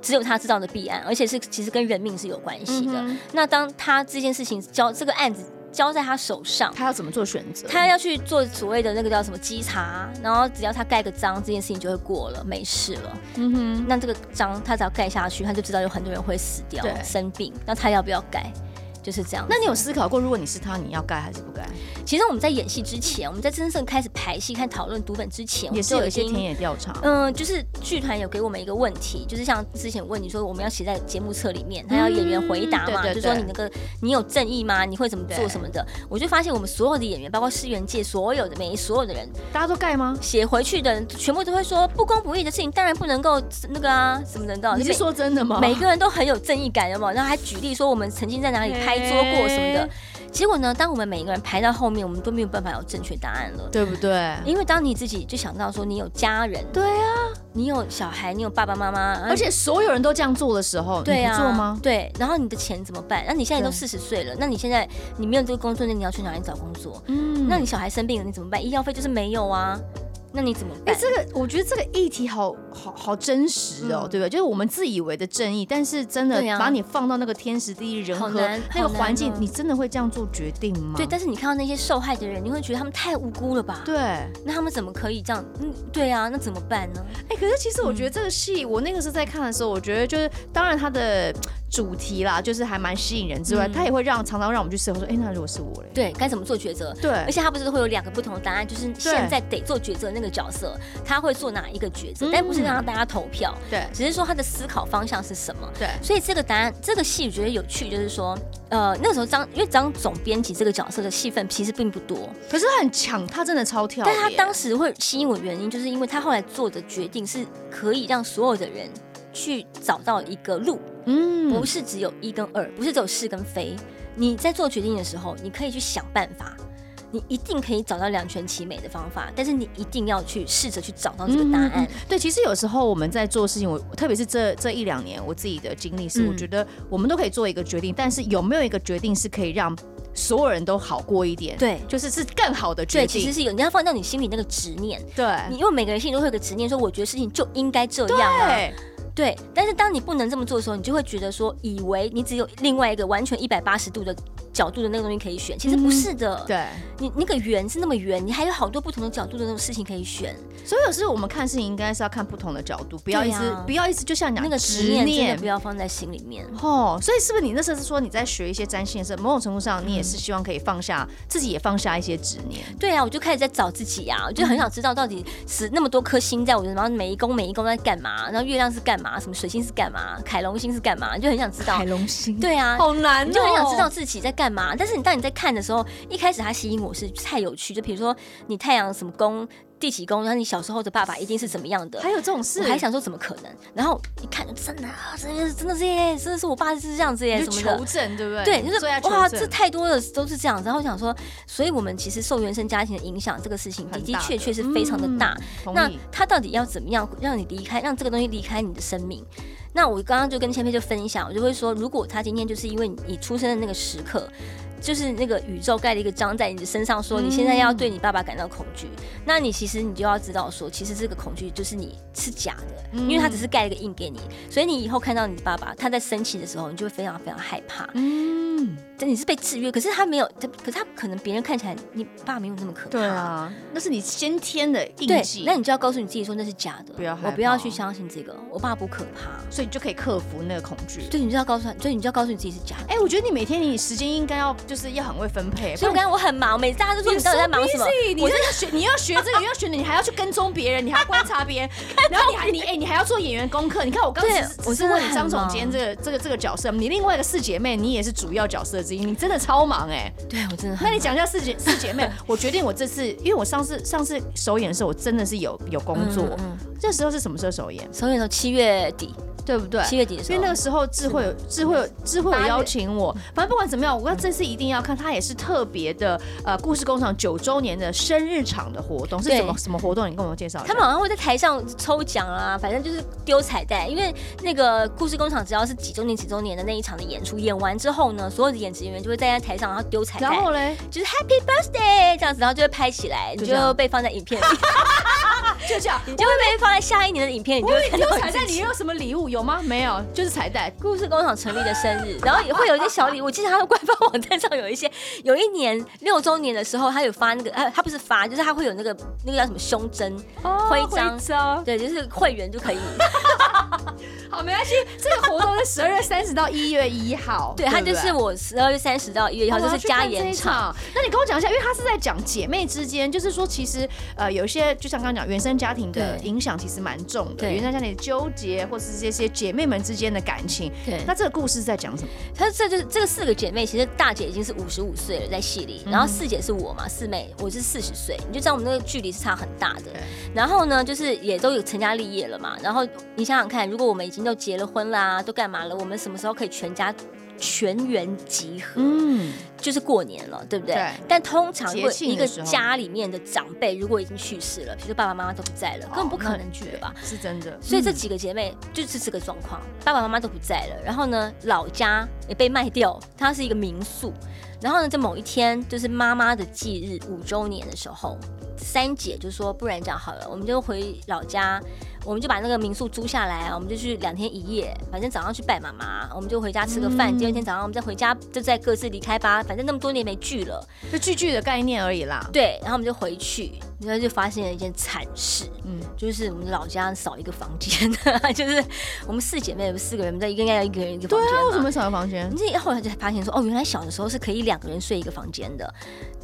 S4: 只有他知道的弊案，而且是其实跟人命是有关系的。
S3: 嗯哼
S4: 那当他这件事情交这个案子交在他手上，
S3: 他要怎么做选择？嗯
S4: 他要去做所谓的那个叫什么稽查，然后只要他盖个章，这件事情就会过了，没事了。
S3: 嗯哼，
S4: 那这个章他只要盖下去，他就知道有很多人会死掉
S3: 对、
S4: 生病，那他要不要盖？就是这样子。
S3: 那你有思考过，如果你是他，你要盖还是不盖？
S4: 其实我们在演戏之前，我们在真正开始排戏、看讨论读本之前，我
S3: 也
S4: 们
S3: 是
S4: 就
S3: 有
S4: 已
S3: 一些
S4: 经
S3: 田野调查，
S4: 嗯，就是剧团有给我们一个问题，就是像之前问你说我们要写在节目册里面，他要演员回答嘛，
S3: 嗯对对
S4: 就说
S3: 对
S4: 你那个你有正义吗？你会怎么
S3: 对
S4: 做什么的？我就发现我们所有的演员，包括世园界所有的每一所有的人
S3: 大家都盖吗？
S4: 写回去的人，全部都会说不公不义的事情当然不能够那个啊什么的，你知道
S3: 你是
S4: 每
S3: 说真的吗？
S4: 每个人都很有正义感，有没有？然后还举例说我们曾经在哪里拍桌过什么的
S3: 嘿。
S4: 结果呢，当我们每一个人排到后面，我们都没有办法有正确答案了。
S3: 对不对？
S4: 因为当你自己就想到说你有家人，
S3: 对啊，
S4: 你有小孩，你有爸爸妈妈，而
S3: 而且所有人都这样做的时候，
S4: 嗯对
S3: 你
S4: 啊，
S3: 不做吗？
S4: 对，然后你的钱怎么办？那你现在都
S3: 对
S4: 四十岁了，那你现在你没有这个工作，那你要去哪里找工作？
S3: 嗯
S4: 那你小孩生病了，你怎么办？医药费就是没有啊，那你怎么
S3: 哎、
S4: 办？
S3: 这个我觉得这个议题好好好真实哦，
S4: 嗯
S3: 对不对？就是我们自以为的正义，但是真的
S4: 对啊
S3: 把你放到那个天时地利人
S4: 好
S3: 和
S4: 难
S3: 那个
S4: 好难
S3: 环境
S4: 哦，
S3: 你真的会这样做决定吗？
S4: 对，但是你看到那些受害的人，你会觉得他们太无辜了吧？
S3: 对，哎、
S4: 那他们怎么可以这样？嗯，对啊，那怎么办呢？
S3: 哎
S4: 嗯
S3: 可是其实我觉得这个戏，我那个时候在看的时候，我觉得就是，当然它的主题啦，就是还蛮吸引人之外，
S4: 嗯
S3: 它也会让常常让我们去思考说，哎、那如果是我嘞？
S4: 对，该怎么做抉择？
S3: 对
S4: 而且他不是会有两个不同的答案，就是现在得做抉择的那个角色，他会做哪一个抉择
S3: 嗯？
S4: 但不是让大家投票，
S3: 对
S4: 只是说他的思考方向是什么。
S3: 对
S4: 所以这个答案，这个戏我觉得有趣，就是说，呃，那时候张，因为张总编辑这个角色的戏份其实并不多，
S3: 可是他很强，他真的超跳的
S4: 但
S3: 耶，
S4: 他当时会吸引我的原因，就是因为他后来做的决定是可以让所有的人去找到一个路，
S3: 嗯
S4: 不是只有一跟二，不是只有是跟非。你在做决定的时候，你可以去想办法，你一定可以找到两全其美的方法，但是你一定要去试着去找到这个答
S3: 嗯
S4: 案。
S3: 对，其实有时候我们在做事情，我特别是这这一两年我自己的经历是，
S4: 嗯
S3: 我觉得我们都可以做一个决定，但是有没有一个决定是可以让所有人都好过一点？，
S4: 对
S3: 就是是更好的决
S4: 对，其实
S3: 定。
S4: 是有，你要放到你心里那个执念。你
S3: 对，
S4: 因为每个人心里都会有个执念，说我觉得事情就应该这样啊。
S3: 对，
S4: 对，但是当你不能这么做的时候，你就会觉得说，以为你只有另外一个完全一百八十度的角度的那个东西可以选，其实不是的。
S3: 嗯对。
S4: 你那个圆是那么圆，你还有好多不同的角度的那种事情可以选。
S3: 所以有时候我们看事情应该是要看不同的角度，不要
S4: 对
S3: 一直、
S4: 啊
S3: 不要一直就像你讲
S4: 那个执
S3: 执
S4: 念真的不要放在心里面。
S3: 哦，所以是不是你那时候是说你在学一些占星的时候，某种程度上你也
S4: 嗯
S3: 是希望可以放下、自己，也放下一些执念？
S4: 对啊，我就开始在找自己啊，我
S3: 嗯
S4: 就很想知道到底是那么多颗星在我的，然后每一宫每一宫在干嘛，然后月亮是干嘛，什么水星是干嘛，凯龙星是干嘛，就很想知道。
S3: 龙星对，
S4: 对啊，
S3: 好难、哦，
S4: 你就很想知道自己在干嘛。但是你当你在看的时候，一开始它吸引我是太有趣，就比如说你太阳什么宫、第几宫，然后你小时候的爸爸一定是怎么样的
S3: 还。有这种事，
S4: 我还想说怎么可能？然后一看，真的啊，真的是真的是耶，真的是我爸是这样子耶，
S3: 你
S4: 什
S3: 就
S4: 么的
S3: 求。证，对不对？
S4: 对，就是
S3: 所以要求
S4: 哇，
S3: 证
S4: 这太多的都是这样子。然后我想说，所以我们其实受原生家庭的影响，这个事情的
S3: 很
S4: 的
S3: 大
S4: 确
S3: 的
S4: 确是非常的
S3: 嗯
S4: 大。
S3: 同
S4: 那
S3: 意
S4: 它到底要怎么样让你离开，让这个东西离开你的生命？那我刚刚就跟千佩就分享，我就会说，如果他今天就是因为你出生的那个时刻，就是那个宇宙盖了一个章在你的身上说，
S3: 嗯
S4: 你现在要对你爸爸感到恐惧，那你其实你就要知道说，其实这个恐惧就是你是假的，
S3: 嗯
S4: 因为他只是盖了一个印给你，所以你以后看到你爸爸他在生气的时候，你就会非常非常害怕。
S3: 嗯，
S4: 但你是被制约，可是他没有，他可是他可能别人看起来你爸没有那么可怕。
S3: 对啊，那是你先天的印
S4: 对
S3: 记，，
S4: 那你就要告诉你自己说那是假的，
S3: 不要害怕
S4: 我不要去相信这个，我爸不可怕。
S3: 所以你就可以克服那个恐惧。
S4: 对，你就要告诉他，所以你就要告诉你自己是假的。
S3: 哎、我觉得你每天你时间应该要就是要很会分配，
S4: 哎所以我刚才我很忙，每次大家都说
S3: 你
S4: 你到底在忙什么？
S3: 你
S4: 我
S3: 这个学，你要学这个，你要学的，你还要去跟踪别人，你还要观察别 人，然后你还你哎、你还要做演员功课。你看我刚
S4: 对
S3: 才
S4: 我
S3: 我是
S4: 真的
S3: 问你
S4: 很
S3: 张总
S4: 忙
S3: 监这个这个这个角色，你另外一个四姐妹，你也是主要角色之一，你真的超忙哎、
S4: 对我真的很
S3: 那你讲一下四姐四姐 妹，我决定我这次，因为我上次上次首演的时候，我真的是有有工作，
S4: 嗯嗯
S3: 这时候是什么时候首演？
S4: 首演到七月底，
S3: 对不对？
S4: 七月底的时
S3: 因为
S4: 候，
S3: 那个时候智慧有智慧有智慧有邀请我，反正不管怎么样，我要这次一定要看。它也是特别的，呃，故事工厂九周年的生日场的活动是
S4: 对
S3: 什么什么活动？你跟我介绍一
S4: 他
S3: 下。
S4: 们好像会在台上抽奖啊，反正就是丢彩蛋。因为那个故事工厂只要是几周年、几周年的那一场的演出，演完之后呢，所有的演职人员就会站在台上，然后丢彩蛋
S3: 然，后嘞，
S4: 就是 Happy Birthday 这样子，然后就会拍起来，
S3: 就
S4: 你
S3: 这样
S4: 就被放在影片 里，
S3: 就 这样。
S4: 你就会被放在下一年的影片，你
S3: 我
S4: 就会
S3: 以为
S4: 看
S3: 你
S4: 到
S3: 有
S4: 你
S3: 彩
S4: 自
S3: 蛋，
S4: 己
S3: 你有什么礼物有吗？没有，就是彩蛋。
S4: 故事工厂成立的生 日，然后也会有一些小礼物。其实他的官方网站上有一些， 有一年六周年的时候，他有发那个，他他不是发，就是他会有那个那个叫什么胸针，徽章
S3: 哦章。
S4: 对，就是会员就可以，
S3: 好，没关系。这个活动是十二月三十到一月一 号。
S4: 对，他
S3: 不哦
S4: 就是我十二月三十到一月一号
S3: 我
S4: 就
S3: 要
S4: 是
S3: 去
S4: 加
S3: 看这
S4: 演
S3: 一
S4: 场。
S3: 场。那你跟我讲一下，因为他是在讲姐妹之间，就是说其实呃有一些就像刚刚讲原生家庭的
S4: 对
S3: 影响其实蛮重的，
S4: 对
S3: 原生家庭的纠结或是这些姐妹们之间的感情。
S4: 对
S3: 那这个故事是在讲什么？
S4: 她这就是这个四个姐妹，其实大姐已经是五十五岁了，在戏里，
S3: 嗯
S4: 然后四姐是我嘛，四妹我是四十岁，你就知道我们那个距离是差很大的
S3: 对。
S4: 然后呢，就是也都有成家立业了嘛，然后你想想看，如果我们已经都结了婚啦，都干嘛了，我们什么时候可以全家？全员集合，
S3: 嗯，
S4: 就是过年了，对不对？
S3: 对
S4: 但通常如果
S3: 节庆
S4: 一
S3: 的
S4: 个
S3: 时候
S4: 家里面的长辈如果已经去世了，比如说爸爸妈妈都不在
S3: 哦
S4: 了，根本不可能聚了吧？
S3: 是真的。
S4: 所以这几个姐妹就是这个状况，爸爸妈妈都不在了，然后呢，老家也被卖掉，它是一个民宿。然后呢，在某一天，就是妈妈的忌日五周年的时候，三姐就说，不然这样好了，我们就回老家，我们就把那个民宿租下来，我们就去两天一夜，反正早上去拜妈妈，我们就回家吃个饭，
S3: 嗯
S4: 第二天早上我们再回家，就再各自离开吧，反正那么多年没聚了。
S3: 就句句的概念而已啦。
S4: 对，然后我们就回去，然后就发现了一件惨事，
S3: 嗯，
S4: 就是我们老家少一个房间， 就是我们四姐妹，我们四个人，我们在一个应该要一个人一个
S3: 对
S4: 房间
S3: 啊，为什
S4: 嘛
S3: 么少个房间
S4: 你？这后来就发现说，哦，原来小的时候是可以两个人睡一个房间的，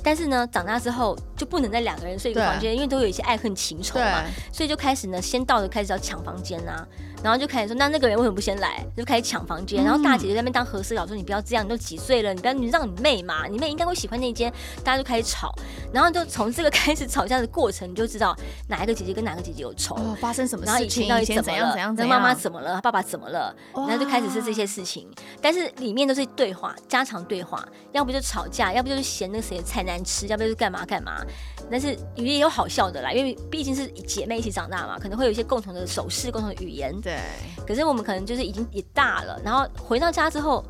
S4: 但是呢，长大之后就不能再两个人睡一个
S3: 对
S4: 房间，因为都有一些爱恨情仇
S3: 对，啊
S4: 嘛，所以就开始呢，先到的开始要抢房间啊，然后就开始说，那那个人为什么不先来？就开始抢房间，然后大姐就在那边当和事佬说，你不要这样，你都几岁了，你不要你让你妹嘛，你妹应该会喜欢那间，大家就开始吵，然后就从这个开始吵架的过程，你就知道哪一个姐姐跟哪个姐姐有仇。
S3: 哦，发生什么
S4: 然后
S3: 事
S4: 以前
S3: 情？
S4: 到
S3: 以
S4: 底
S3: 前
S4: 怎
S3: 怎
S4: 么
S3: 样
S4: 了？
S3: 怎样
S4: 那
S3: 怎
S4: 妈
S3: 样？
S4: 妈怎么了？爸爸怎么了？然后就开始是这些事情，但是里面都是对话，家常对话，要不就吵架，要不就是嫌那个谁的菜难吃，要不就是干嘛干嘛。但是也有好笑的啦，因为毕竟是姐妹一起长大嘛，可能会有一些共同的手势、共同的语言。
S3: 对，
S4: 可是我们可能就是已经也大了，然后回到家之后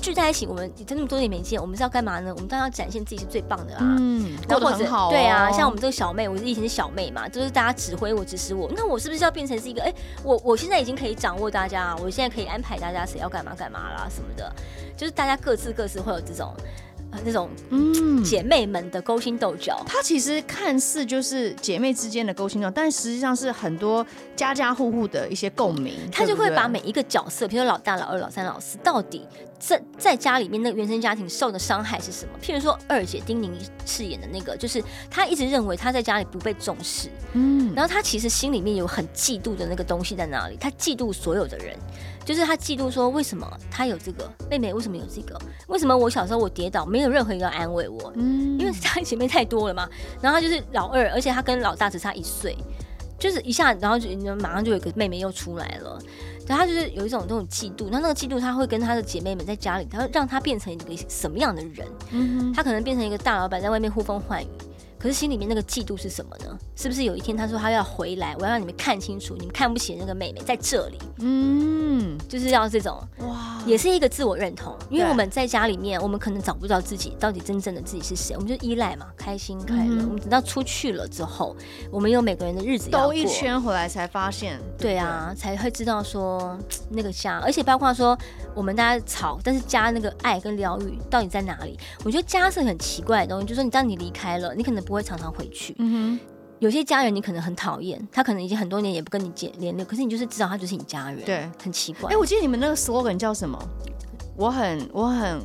S4: 聚在一起，我们真那么多年没见，我们是要干嘛呢？我们当然要展现自己是最棒的啊啦。
S3: 嗯，过
S4: 然
S3: 得
S4: 后或
S3: 很
S4: 者
S3: 好哦。
S4: 对啊，像我们这个小妹，我以前是小妹嘛，就是大家指挥我、指使我，那我是不是要变成是一个？哎、我我现在已经可以掌握大家，我现在可以安排大家谁要干嘛干嘛啦什么的，就是大家各自各自会有这种。呃那种
S3: 嗯，
S4: 姐妹们的勾心斗角，
S3: 它其实看似就是姐妹之间的勾心斗，但实际上是很多家家户户的一些共鸣。
S4: 她就
S3: 对不对
S4: 会把每一个角色，比如说老大、老二、老三、老四，到底在在家里面那个原生家庭受的伤害是什么？譬如说二姐丁宁饰演的那个，就是她一直认为她在家里不被重视，
S3: 嗯，
S4: 然后他其实心里面有很嫉妒的那个东西在那里，他嫉妒所有的人，就是他嫉妒说为什么他有这个，妹妹为什么有这个，为什么我小时候我跌倒没有任何一个人安慰我，
S3: 嗯
S4: 因为他姐妹太多了嘛。然后他就是老二，而且他跟老大只差一岁，就是一下，然后就马上就有一个妹妹又出来了。然后他就是有一种那种嫉妒，那那个嫉妒他会跟他的姐妹们在家里，他会让他变成一个什么样的人？
S3: 嗯
S4: 他可能变成一个大老板，在外面呼风唤雨，可是心里面那个嫉妒是什么呢？是不是有一天他说他要回来，我要让你们看清楚，你们看不起那个妹妹在这里，
S3: 嗯，
S4: 就是要这种，
S3: 哇，
S4: 也是一个自我认同。因为
S3: 对
S4: 我们在家里面，我们可能找不到自己到底真正的自己是谁，我们就依赖嘛，开心快乐。
S3: 嗯哼
S4: 我们等到出去了之后，我们有每个人的日子要
S3: 兜
S4: 过
S3: 一。圈回来才发现。
S4: 对啊，才会知道说那个家，而且包括说我们大家吵，但是家那个爱跟疗愈到底在哪里？我觉得家是很奇怪的东西，就是说你当你离开了，你可能不会常常回去。
S3: 嗯
S4: 有些家人你可能很讨厌，他可能已经很多年也不跟你结联络，可是你就是知道他就是你家人，
S3: 哼，，对。
S4: 很奇怪。
S3: 哎、我记得你们那个 slogan 叫什么？我很，我很，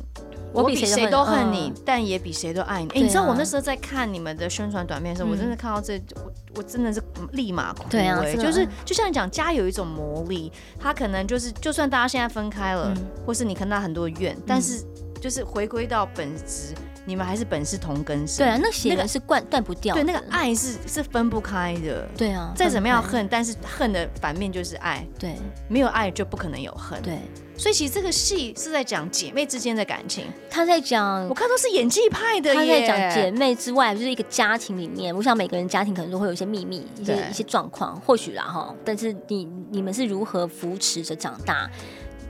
S4: 我比谁都
S3: 谁
S4: 恨
S3: 都恨
S4: 嗯
S3: 你，但也比谁都爱你。哎、
S4: 对
S3: 你知道
S4: 啊嗯
S3: 我那时候在看你们的宣传短片的时候，我真的看到这，我我真的是立马哭、哎，
S4: 对啊这个
S3: 就是就像你讲，家有一种魔力，它可能就是，就算大家现在分开了，
S4: 嗯
S3: 或是你看到很多怨，但是就是回归到本质，你们还是本是同根生。
S4: 对啊，那血
S3: 那
S4: 缘
S3: 个
S4: 是断断不掉
S3: 对
S4: 的，
S3: 那个爱是是分不开的。
S4: 对啊，
S3: 再怎么样
S4: 断
S3: 恨，但是恨的反面就是爱，
S4: 不开，
S3: 没有爱就不可能有恨。
S4: 对对，
S3: 所以其实这个戏是在讲姐妹之间的感情，
S4: 他在讲
S3: 我看都是演技派的耶。
S4: 他在讲姐妹之外，就是一个家庭里面，我想每个人家庭可能都会有一些秘密、一些
S3: 对
S4: 一些状况，或许啦哈。但是你你们是如何扶持着长大？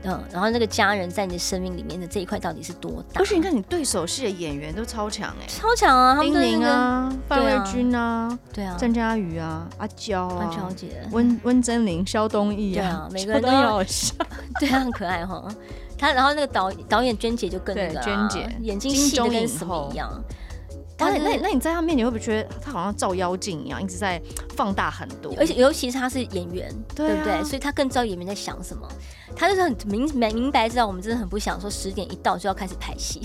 S4: 嗯，然后那个家人在你的生命里面的这一块到底是多大？
S3: 而且你看你对手戏的演员都超强哎，
S4: 超强啊，他们
S3: 丁
S4: 都是
S3: 宁
S4: 那个，
S3: 啊、范
S4: 对啊
S3: 瑞君啊、
S4: 对啊，
S3: 郑嘉瑜啊、阿娇
S4: 范乔
S3: 啊、
S4: 姐，
S3: 温温真菱、肖东义啊
S4: 对啊，每个人
S3: 肖东义
S4: 都
S3: 好笑。
S4: 对啊，很可爱哈。他然后那个导导演娟姐就更那
S3: 对
S4: 个啊、
S3: 娟姐
S4: 眼睛
S3: 金
S4: 细的
S3: 钟
S4: 跟
S3: 影
S4: 什么
S3: 后
S4: 一样。
S3: 那
S4: 她
S3: 你
S4: 真
S3: 那
S4: 的
S3: 你那你在他面前会不会觉得他好像照妖镜一样，一直在放大很多？
S4: 而且尤其是他是演员，
S3: 对啊
S4: 不对？所以他更知道演员在想什么。他就是很明明明白知道我们真的很不想说十点一到就要开始排戏。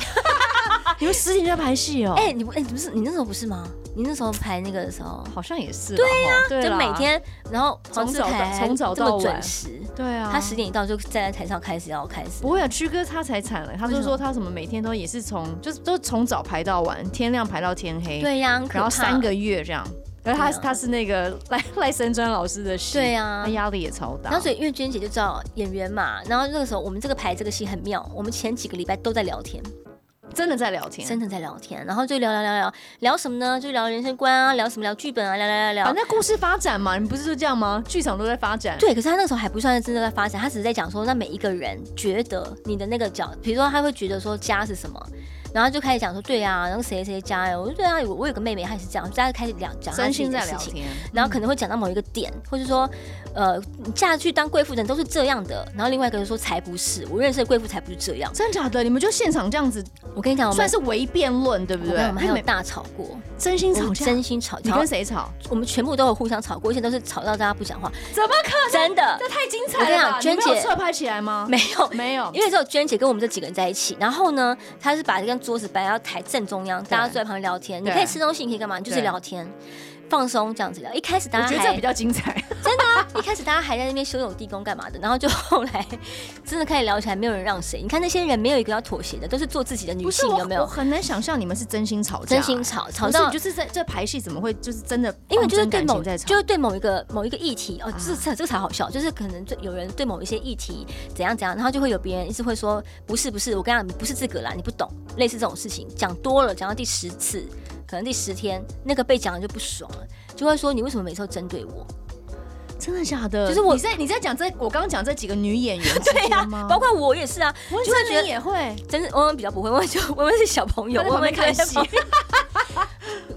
S3: 你们十点就在拍戏哦，
S4: 啊哎、你不哎、你不是你那时候不是吗？你那时候排那个的时候，
S3: 好像也是啦。对呀，对
S4: 啊就
S3: 啦
S4: 每天，然后黄
S3: 从
S4: 志
S3: 早到
S4: 凯
S3: 从早
S4: 这么
S3: 到
S4: 准
S3: 晚
S4: 时，
S3: 对啊，
S4: 他十点一到就站在台上开始要开始
S3: 不。会啊，曲哥他才惨了，他
S4: 为什么
S3: 就说他什么每天都也是从就是都从早排到晚，天亮排到天黑，
S4: 对呀、很可
S3: 然
S4: 怕
S3: 后三个月这样。然后他、
S4: 对啊
S3: 他是那个赖赖声川老师的戏，
S4: 对呀
S3: 他压力也超大。
S4: 然后所以因为娟姐就知道演员嘛，然后那个时候我们这个排这个戏很妙，我们前几个礼拜都在聊天，
S3: 真的在聊天，
S4: 真的在聊天，然后就聊聊聊聊聊什么呢？就聊人生观啊，聊什么聊剧本啊，聊聊聊聊
S3: 反。正故事发展嘛，你不是就这样吗？剧场都在发展，
S4: 对，可是他那时候还不算是真的在发展，他只是在讲说，那每一个人觉得你的那个角，比如说他会觉得说家是什么，然后就开始讲说，对啊，然后谁谁家呀，我就对啊，我我有个妹妹，她也是这样，大家开始聊讲她
S3: 真
S4: 自己
S3: 心
S4: 的
S3: 在
S4: 事
S3: 聊
S4: 情。
S3: 天，
S4: 然后可能会讲到某一个点，或者说，呃，你嫁去当贵妇的人都是这样的。然后另外一个人说才不是，我认识的贵妇才不是这样。
S3: 真假的？你们就现场这样子，
S4: 我跟你讲，我们
S3: 算是唯辩论，对不
S4: 我
S3: 对？
S4: 跟我们还哦
S3: 因
S4: 有
S3: 为
S4: 大吵过，
S3: 每真心吵
S4: 我
S3: 架，
S4: 真心吵
S3: 你
S4: 架
S3: 跟，谁吵？
S4: 我们全部都有互相吵过，而且都是吵到大家不讲话，
S3: 怎么可？
S4: 真的
S3: 这太精
S4: 我
S3: 彩
S4: 跟你
S3: 了
S4: 讲
S3: 吧！
S4: 娟
S3: 你们有
S4: 姐
S3: 侧拍起来吗？
S4: 没有。
S3: 啊没有，
S4: 因为只有娟姐跟我们这几个人在一起，然后呢，她是把这张桌子摆到台正中央，大家坐在旁边聊天。你
S3: 对
S4: 可以吃东西，你可以干嘛？你就是
S3: 对
S4: 聊天，放松这样子聊。一开始大
S3: 我
S4: 家
S3: 觉得
S4: 啊还啊
S3: 这比较精彩。
S4: 一开始大家还在那边修有地宫干嘛的，然后就后来真的开始聊起来，没有人让谁。你看那些人没有一个要妥协的，都是做自己的女
S3: 不是
S4: 性，
S3: 我，
S4: 有没
S3: 我
S4: 有？
S3: 很难想象你们是真心吵架，
S4: 真心吵吵
S3: 不
S4: 到
S3: 是，就是这这排戏怎么会就是真的？
S4: 因为就是对
S3: 感
S4: 某
S3: 情在吵，
S4: 就是对某一个某一个议题哦，这
S3: 啊
S4: 这这才好笑，就是可能对有人对某一些议题怎样怎样，然后就会有别人一直会说不是不是，我跟你讲你不是这个啦，你不懂，类似这种事情讲多了，讲到第十次，可能第十天那个被讲的就不爽了，就会说你为什么每次都针对我？
S3: 真的假的？
S4: 就是我
S3: 你在你在讲这，我刚刚讲这几个女演员 之
S4: 对呀、
S3: 间吗？
S4: 包括我也是啊，
S3: 温
S4: 就会觉
S3: 真
S4: 得
S3: 菱也会，
S4: 真是温温比较不会，温温就温温是小朋友，
S3: 她在
S4: 温
S3: 旁
S4: 温
S3: 边看
S4: 对
S3: 戏。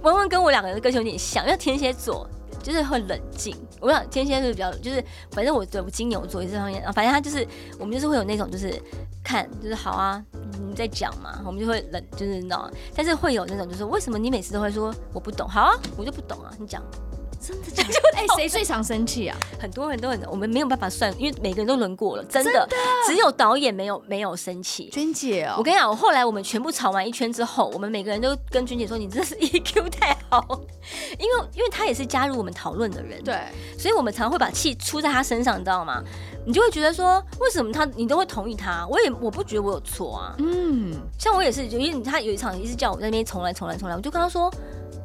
S4: 温温跟我两个人的个性有点像，因为天蝎座就是会冷静。我想天蝎座比较就是，反正我对我金牛座也是这方啊面，反正他就是我们就是会有那种就是看就是好啊，你在讲嘛，我们就会冷就是你知道吗，但是会有那种就是为什么你每次都会说我不懂，好啊，我就不懂啊，你讲。
S3: 真的假的？哎，谁最常生气啊？
S4: 很多人都很，我们没有办法算，因为每个人都轮过了，真的，只有导演没有没有生气。
S3: 娟姐
S4: 我
S3: 哦，
S4: 跟你讲，我后来我们全部吵完一圈之后，我们每个人都跟君姐说：“你真是 EQ 太好，因为因为她也是加入我们讨论的人，，
S3: 对，
S4: 所以我们常会把气出在她身上，你知道吗？你就会觉得说，为什么她你都会同意她？我也我不觉得我有错啊，
S3: 嗯，
S4: 像我也是，因为她有一场一直叫我在那边重来重来重来，我就跟她说，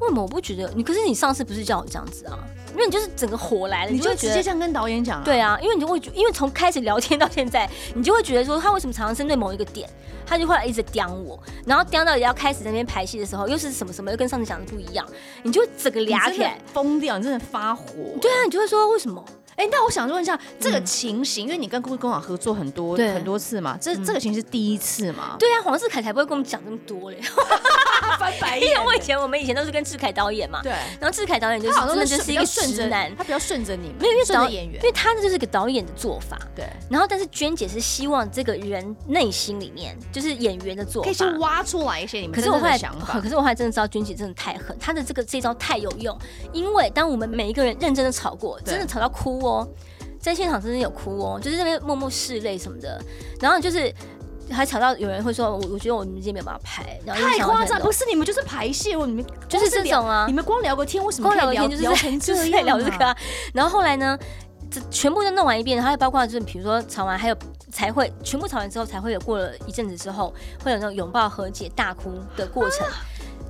S4: 为什么我不觉得你？可是你上次不是叫我这样子啊？因为你就是整个火来了，
S3: 你
S4: 你就
S3: 就
S4: 会觉
S3: 直
S4: 得
S3: 接这样跟导演讲啊？
S4: 对啊，因为你就会觉，因为从开始聊天到现在，你就会觉得说他为什么常常针对某一个点，他就会来一直刁我，然后刁到也要开始在那边排戏的时候，又是什么什么，又跟上次讲的不一样，你就整个
S3: 你真
S4: 俩
S3: 的
S4: 起来。
S3: 疯掉，你真的发火。
S4: 对啊，你就会说为什么？
S3: 哎、那我想问一下，这个情形，因为你跟顾工长合作很多
S4: 对嗯
S3: 很多次嘛，这、这个情形是第一次嘛？
S4: 对啊，黄世凯才不会跟我们讲这么多嘞，
S3: 对，翻白
S4: 因为我以前我们以前都是跟志凯导演嘛，
S3: 对，
S4: 然后志凯导演就
S3: 他
S4: 是
S3: 好
S4: 真
S3: 像都
S4: 的
S3: 是
S4: 就是
S3: 比
S4: 一
S3: 较
S4: 个
S3: 顺
S4: 直
S3: 着
S4: 男，
S3: 他比较顺着你们，
S4: 没有因为
S3: 顺
S4: 导
S3: 着演员
S4: 因，为他这就是一个导演的做法。
S3: 对，
S4: 然后但是娟姐是希望这个人内心里面就是演员的做法，
S3: 可以去挖出来一些你们
S4: 可是
S3: 真
S4: 我
S3: 正
S4: 后来哦
S3: 的想，法
S4: 可。是我后来真的知道娟姐真的太狠，她的这个这招太有用，因为当我们每一个人认真的吵过，
S3: 对
S4: 真的吵到哭哦，在现场真的有哭哦，就是那边默默拭泪什么的，然后就是还吵到有人会说，我我觉得我们今天没有办法拍，然后
S3: 太夸张，不
S4: 是
S3: 是你们就是排戏，我你们
S4: 就是这
S3: 聊
S4: 种啊
S3: 你，们光聊个天，为什么
S4: 光聊
S3: 可
S4: 个天就
S3: 以聊
S4: 是
S3: 聊
S4: 在
S3: 成
S4: 就是
S3: 这
S4: 在
S3: 样、啊？
S4: 聊这个、啊，然后后来呢？这全部都弄完一遍，还有包括就是比如说吵完，还有才会全部吵完之后，才会有过了一阵子之后，会有那种拥抱、和解、大哭的过
S3: 啊
S4: 程，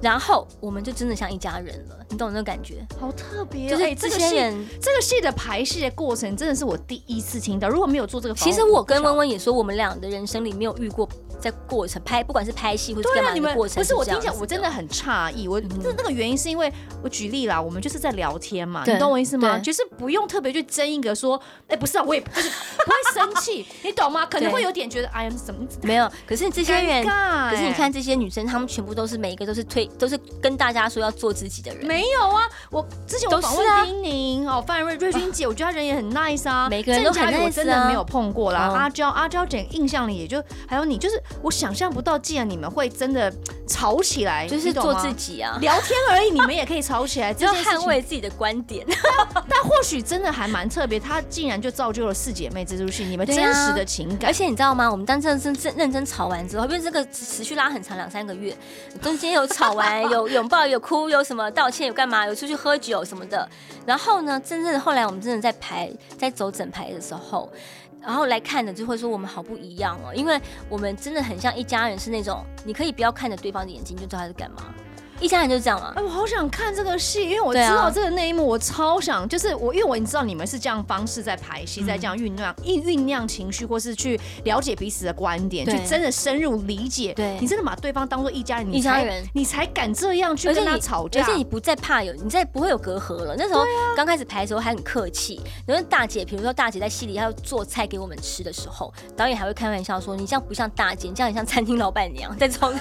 S4: 然后我们就真的像一家人了，你懂那种感觉？
S3: 好特别哦、
S4: 就
S3: 哎
S4: 是
S3: 这
S4: 这
S3: 个
S4: 些
S3: 戏，
S4: 人，
S3: 这个戏的排戏的过程真的是我第一次听到。如果没有做这个访
S4: 其
S3: 问，
S4: 实我跟
S3: 温
S4: 温温也说，我们俩的人生里没有遇过在过程拍，不管是拍戏或者
S3: 对
S4: 干
S3: 啊，
S4: 嘛
S3: 你
S4: 的
S3: 们
S4: 过程，
S3: 不是我听起来，我真的
S4: 很
S3: 很诧异。
S4: 嗯
S3: 我那那个原因是因为我举例啦，我们就是在聊天嘛，
S4: 对
S3: 你懂我意思吗？
S4: 对
S3: 就是不用特别去争一个说，哎，不是啊，我也就是不会生 气，你懂吗？可能
S4: 对
S3: 会有点觉得，哎呀，怎么
S4: 没有。可是这些人
S3: 尴，尬
S4: 可是你
S3: 哎
S4: 看这些女生，她们全部都是每一个都是推，都是跟大家说要做自己的人，
S3: 没有啊，我之前我
S4: 都是
S3: 访
S4: 啊
S3: 问丁宁、哦，范瑞瑞君姐，我觉得她人也很 nice 啊，
S4: 每个人都很
S3: 郑嘉颖我
S4: nice
S3: 真的
S4: 啊
S3: 没有碰过啦。
S4: 嗯
S3: 阿娇，阿娇整个印象里也就还有你，就是我想象不到，既然你们会真的吵起来，
S4: 就是
S3: 你懂
S4: 做
S3: 吗
S4: 自。己啊，
S3: 聊天而已，你们也可以吵起 来，
S4: 就
S3: 这
S4: 要
S3: 件事
S4: 捍
S3: 情
S4: 卫自己的观 点。
S3: 但或许真的还蛮特别，她竟然就造就了四姐妹这出戏，你们
S4: 对
S3: 真
S4: 啊
S3: 实的情感
S4: 而。且你知道吗？我们当真真真认真吵完之后，因为这个持续拉很长，两三个月，中间有吵 完，有拥抱，有哭，有什么道歉，有干嘛，有出去喝酒什么的。然后呢，真正的后来我们真的在排，在走整排的时候，然后来看的就会说我们好不一样哦，因为我们真的很像一家人，是那种你可以不要看着对方的眼睛就知道他在干嘛。一家人就是这样啊。
S3: 哎，我好想看这个戏，因为我知
S4: 对啊
S3: 道这个那一幕，我超想，就是我，因为我已经知道你们是这样方式在排戏，
S4: 嗯
S3: 在这样酝酿、酝酝酿情绪，或是去了解彼此的观点，
S4: 对
S3: 去真的深入理解。
S4: 对
S3: 你真的把对方当做一家人，你
S4: 一家
S3: 才
S4: 人
S3: 你才敢这样去
S4: 而且
S3: 跟他
S4: 你
S3: 吵架。啊
S4: 而且你不再怕有，你再不会有隔阂了。那时候刚开始排的时候还很客气，然后大姐，比如说大姐在戏里要做菜给我们吃的时候，导演还会开玩笑说：“你这样不像大姐，你这样很像餐厅老板娘 在招招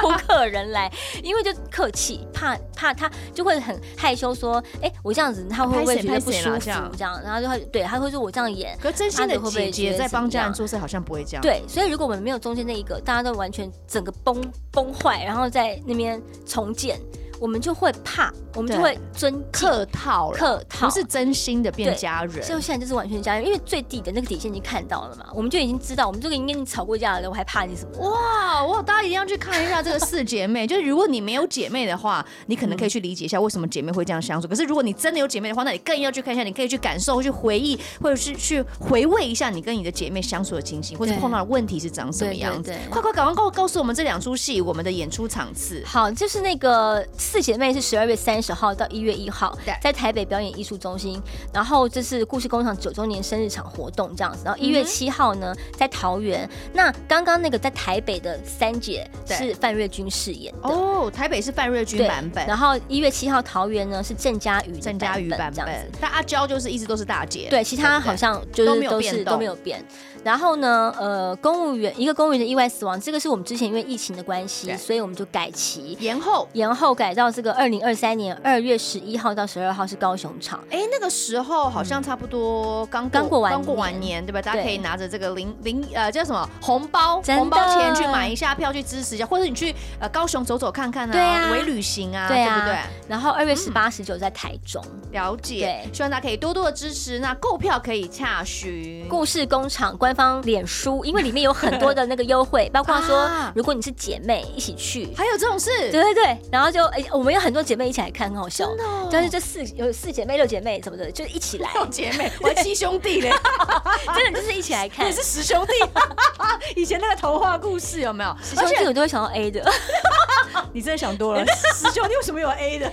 S4: 呼客人来。”因为就客气，怕怕他就会很害羞说：“哎、我这样子他会不会
S3: 拍谁
S4: 觉得不
S3: 拍谁
S4: 舒
S3: 啦
S4: 服？”
S3: 这
S4: 这
S3: 样
S4: 样，然后就会对他会说：“我这样演。”
S3: 可是真心的
S4: 阿德会不
S3: 姐
S4: 会觉
S3: 姐
S4: 得
S3: 在帮
S4: 怎么
S3: 家人
S4: 样
S3: 做事，好像不会这样。，
S4: 对，所以如果我们没有中间那一个，大家都完全整个崩崩坏，然后在那边重建，我们就会怕，我们就
S3: 对
S4: 会尊敬
S3: 客套了，
S4: 客套。
S3: 不是真心的变
S4: 对
S3: 家人。
S4: 所以我现在就是完全家人，因为最底的那个底线已经看到了嘛，我们就已经知道，我们这个已经跟你吵过架了，我还怕你什么？
S3: 哇，哇！啊大家一定要去看一下这个四姐妹。 就是如果你没有姐妹的话，你可能可以去理解一下为什么姐妹会这样相处。可是如果你真的有姐妹的话，那你更要去看一下，你可以去感受、去回忆，或者是去回味一下你跟你的姐妹相处的情形，或者
S4: 对
S3: 碰到的问题是长什么样子
S4: 对对。对
S3: 快快赶快告告诉我们这两出戏我们的演出场次。
S4: 好，就是那个四姐妹是十二月三十号到一月一号
S3: 对，
S4: 在台北表演艺术中心，然后这是故事工厂九周年生日场活动这样子，然后一
S3: 嗯
S4: 月
S3: 哼
S4: 七号呢、在桃园，那刚刚那个在台北的三姐
S3: 对
S4: 是范瑞君饰演的。
S3: 哦，台北是范瑞君
S4: 对
S3: 版本，
S4: 然后一月七号桃园呢是郑嘉瑜的
S3: 郑嘉瑜版
S4: 这样子
S3: 本，，但阿娇就是一直都是大姐。
S4: 对，其他
S3: 不对
S4: 好像就
S3: 都没
S4: 是
S3: 有
S4: 都
S3: 变
S4: 是
S3: 动
S4: 都没有变。然后呢，呃，公务员一个公务员的意外死亡，这个是我们之前因为疫情的关系
S3: 对，
S4: 所以我们就改期。
S3: 延后。
S4: 延后改到这个二零二三年二月十一号到十二号是高雄场，
S3: 哎，那个时候好像差不多刚
S4: 刚过完
S3: 刚过完
S4: 年
S3: 年，对吧？大家
S4: 对
S3: 可以拿着这个零零呃叫什么红包
S4: 真的
S3: 红包钱去买一下票去支持一下，或者你去呃高雄走走看看啊，
S4: 对啊
S3: 微旅行啊，
S4: 对啊
S3: 不对？
S4: 然后
S3: 嗯
S4: 二月十八、十九在台中。
S3: 了解，
S4: 对
S3: 希望大家可以多多的支持。那购票可以洽询。
S4: 故事工厂官方脸书，因为里面有很多的那个优 惠，包括说
S3: 啊
S4: 如果你是姐妹一起去，
S3: 还有这种事，
S4: 对对对，然后就哎、我们有很多姐妹一起来看，很好笑
S3: 真。的哦，
S4: 但是这四有四姐妹、六姐妹什么的，就一 起来，
S3: 六姐妹，我还七兄 弟嘞，
S4: 真的就是一起来看
S3: 也。是十 兄弟。以前那个童话故事有没有？
S4: 其
S3: 而
S4: 实
S3: 且
S4: 这个都会想到 A 的，他
S3: 你真的想 多了，十兄弟为什么有 A 的？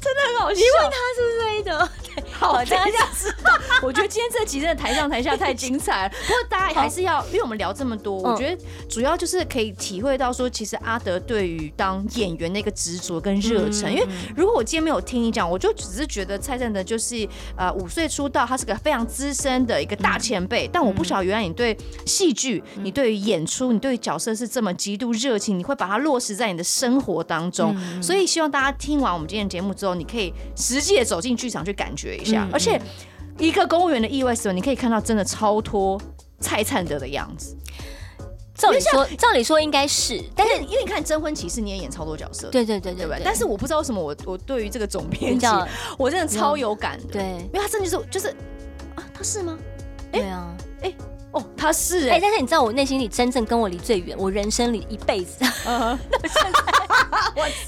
S3: 真的很好笑。
S4: 是不是 A 的？
S3: 好，大
S4: 大家
S3: 家知道。 我觉得今天这集真的台上台下太精彩了。 不过大家还是要，因为我们聊这么多，我觉得主要就是可以体会到说，其实阿德对于当演员的一个执着跟热
S4: 嗯
S3: 忱。因为如果我今天没有听你讲，我就只是觉得蔡振德就是呃五岁出道，他是个非常资深的一个大前辈。
S4: 嗯
S3: 但我不晓得原来你对戏剧、你对于演出、你对于角色是这么极度热情，你会把它落实在你的生活当中。
S4: 嗯
S3: 所以希望大家听完我们今天的节目之后，你可以实际的走进剧场去感觉一下，
S4: 嗯
S3: 而且。一个公务员的意外死亡，你可以看到真的超脱蔡灿德的样子。
S4: 照理说，照理说应该是，但
S3: 但
S4: 是
S3: 是因为你看《征婚启事》，你也演超多角色，
S4: 对对对对
S3: 对吧
S4: 对？，
S3: 但是我不知道为什么我我对于这个总编
S4: 比
S3: 辑，
S4: 较
S3: 我真的超有感的。，
S4: 对
S3: 因为他真的就是就是啊，他是吗？
S4: 对啊。
S3: 哦，他是
S4: 哎、
S3: 哎、
S4: 但是你知道我内心里真正跟我离最远，我人生里一辈子
S3: 呃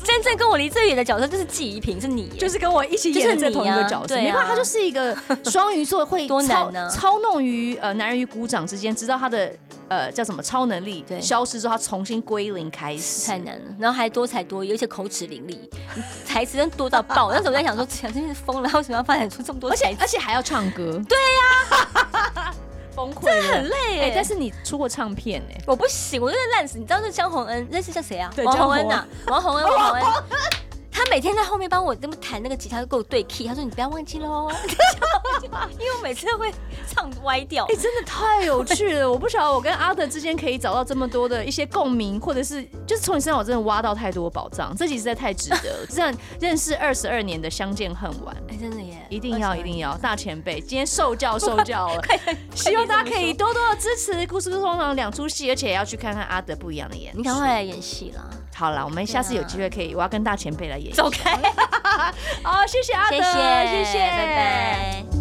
S4: 真正跟我离最远的角色就是季怡萍，是你耶，
S3: 就是跟我一起演的这同一个角色，
S4: 就是你啊对啊
S3: 没办法，他就是一 个双鱼座会
S4: 多
S3: 操
S4: 难啊呢
S3: 操弄于呃男人与鼓掌之间，直到他的呃叫什么超能力
S4: 对
S3: 消失之后，他重新归零开始
S4: 太。难了，然后还多才多艺，而且口齿伶俐，你台词真多到爆。那时候我在想说，想真是疯了，为什么要发展出这么多
S3: 而且
S4: 才
S3: 而且还要唱歌，对呀、 崩溃了，
S4: 很累耶、
S3: 哎、但是你出过唱片哎、
S4: 我不行，我真的烂死。你知道那江宏恩，那是叫谁啊？
S3: 对
S4: 王宏恩
S3: 江
S4: 呐，王宏 恩，王宏恩。他每天在后面帮我那么弹那个吉他，就给我对 key。他说：“你不要忘记喽， 因为我每次都会唱歪掉
S3: 哎、。真的太有趣了！我不晓得我跟阿德之间可以找到这么多的一些共鸣，或者是就是从你身上我真的挖到太多宝藏，这集实在太值得 了。这样认识二十二年的相见恨晚，”
S4: 哎，真的耶，
S3: 一定要一定
S4: 要。
S3: 要大前辈，今天受教受教 了，希望大家可以多多的支持《故事工厂》两出戏，而且要去看看阿德不一样的演
S4: 你
S3: 出。
S4: 赶快来演戏啦！
S3: 好了，我们下次有机会可以，我要跟大前辈来演。
S4: 走开，
S3: 哦好，谢谢阿德，
S4: 谢谢，
S3: 谢谢，
S4: 拜拜。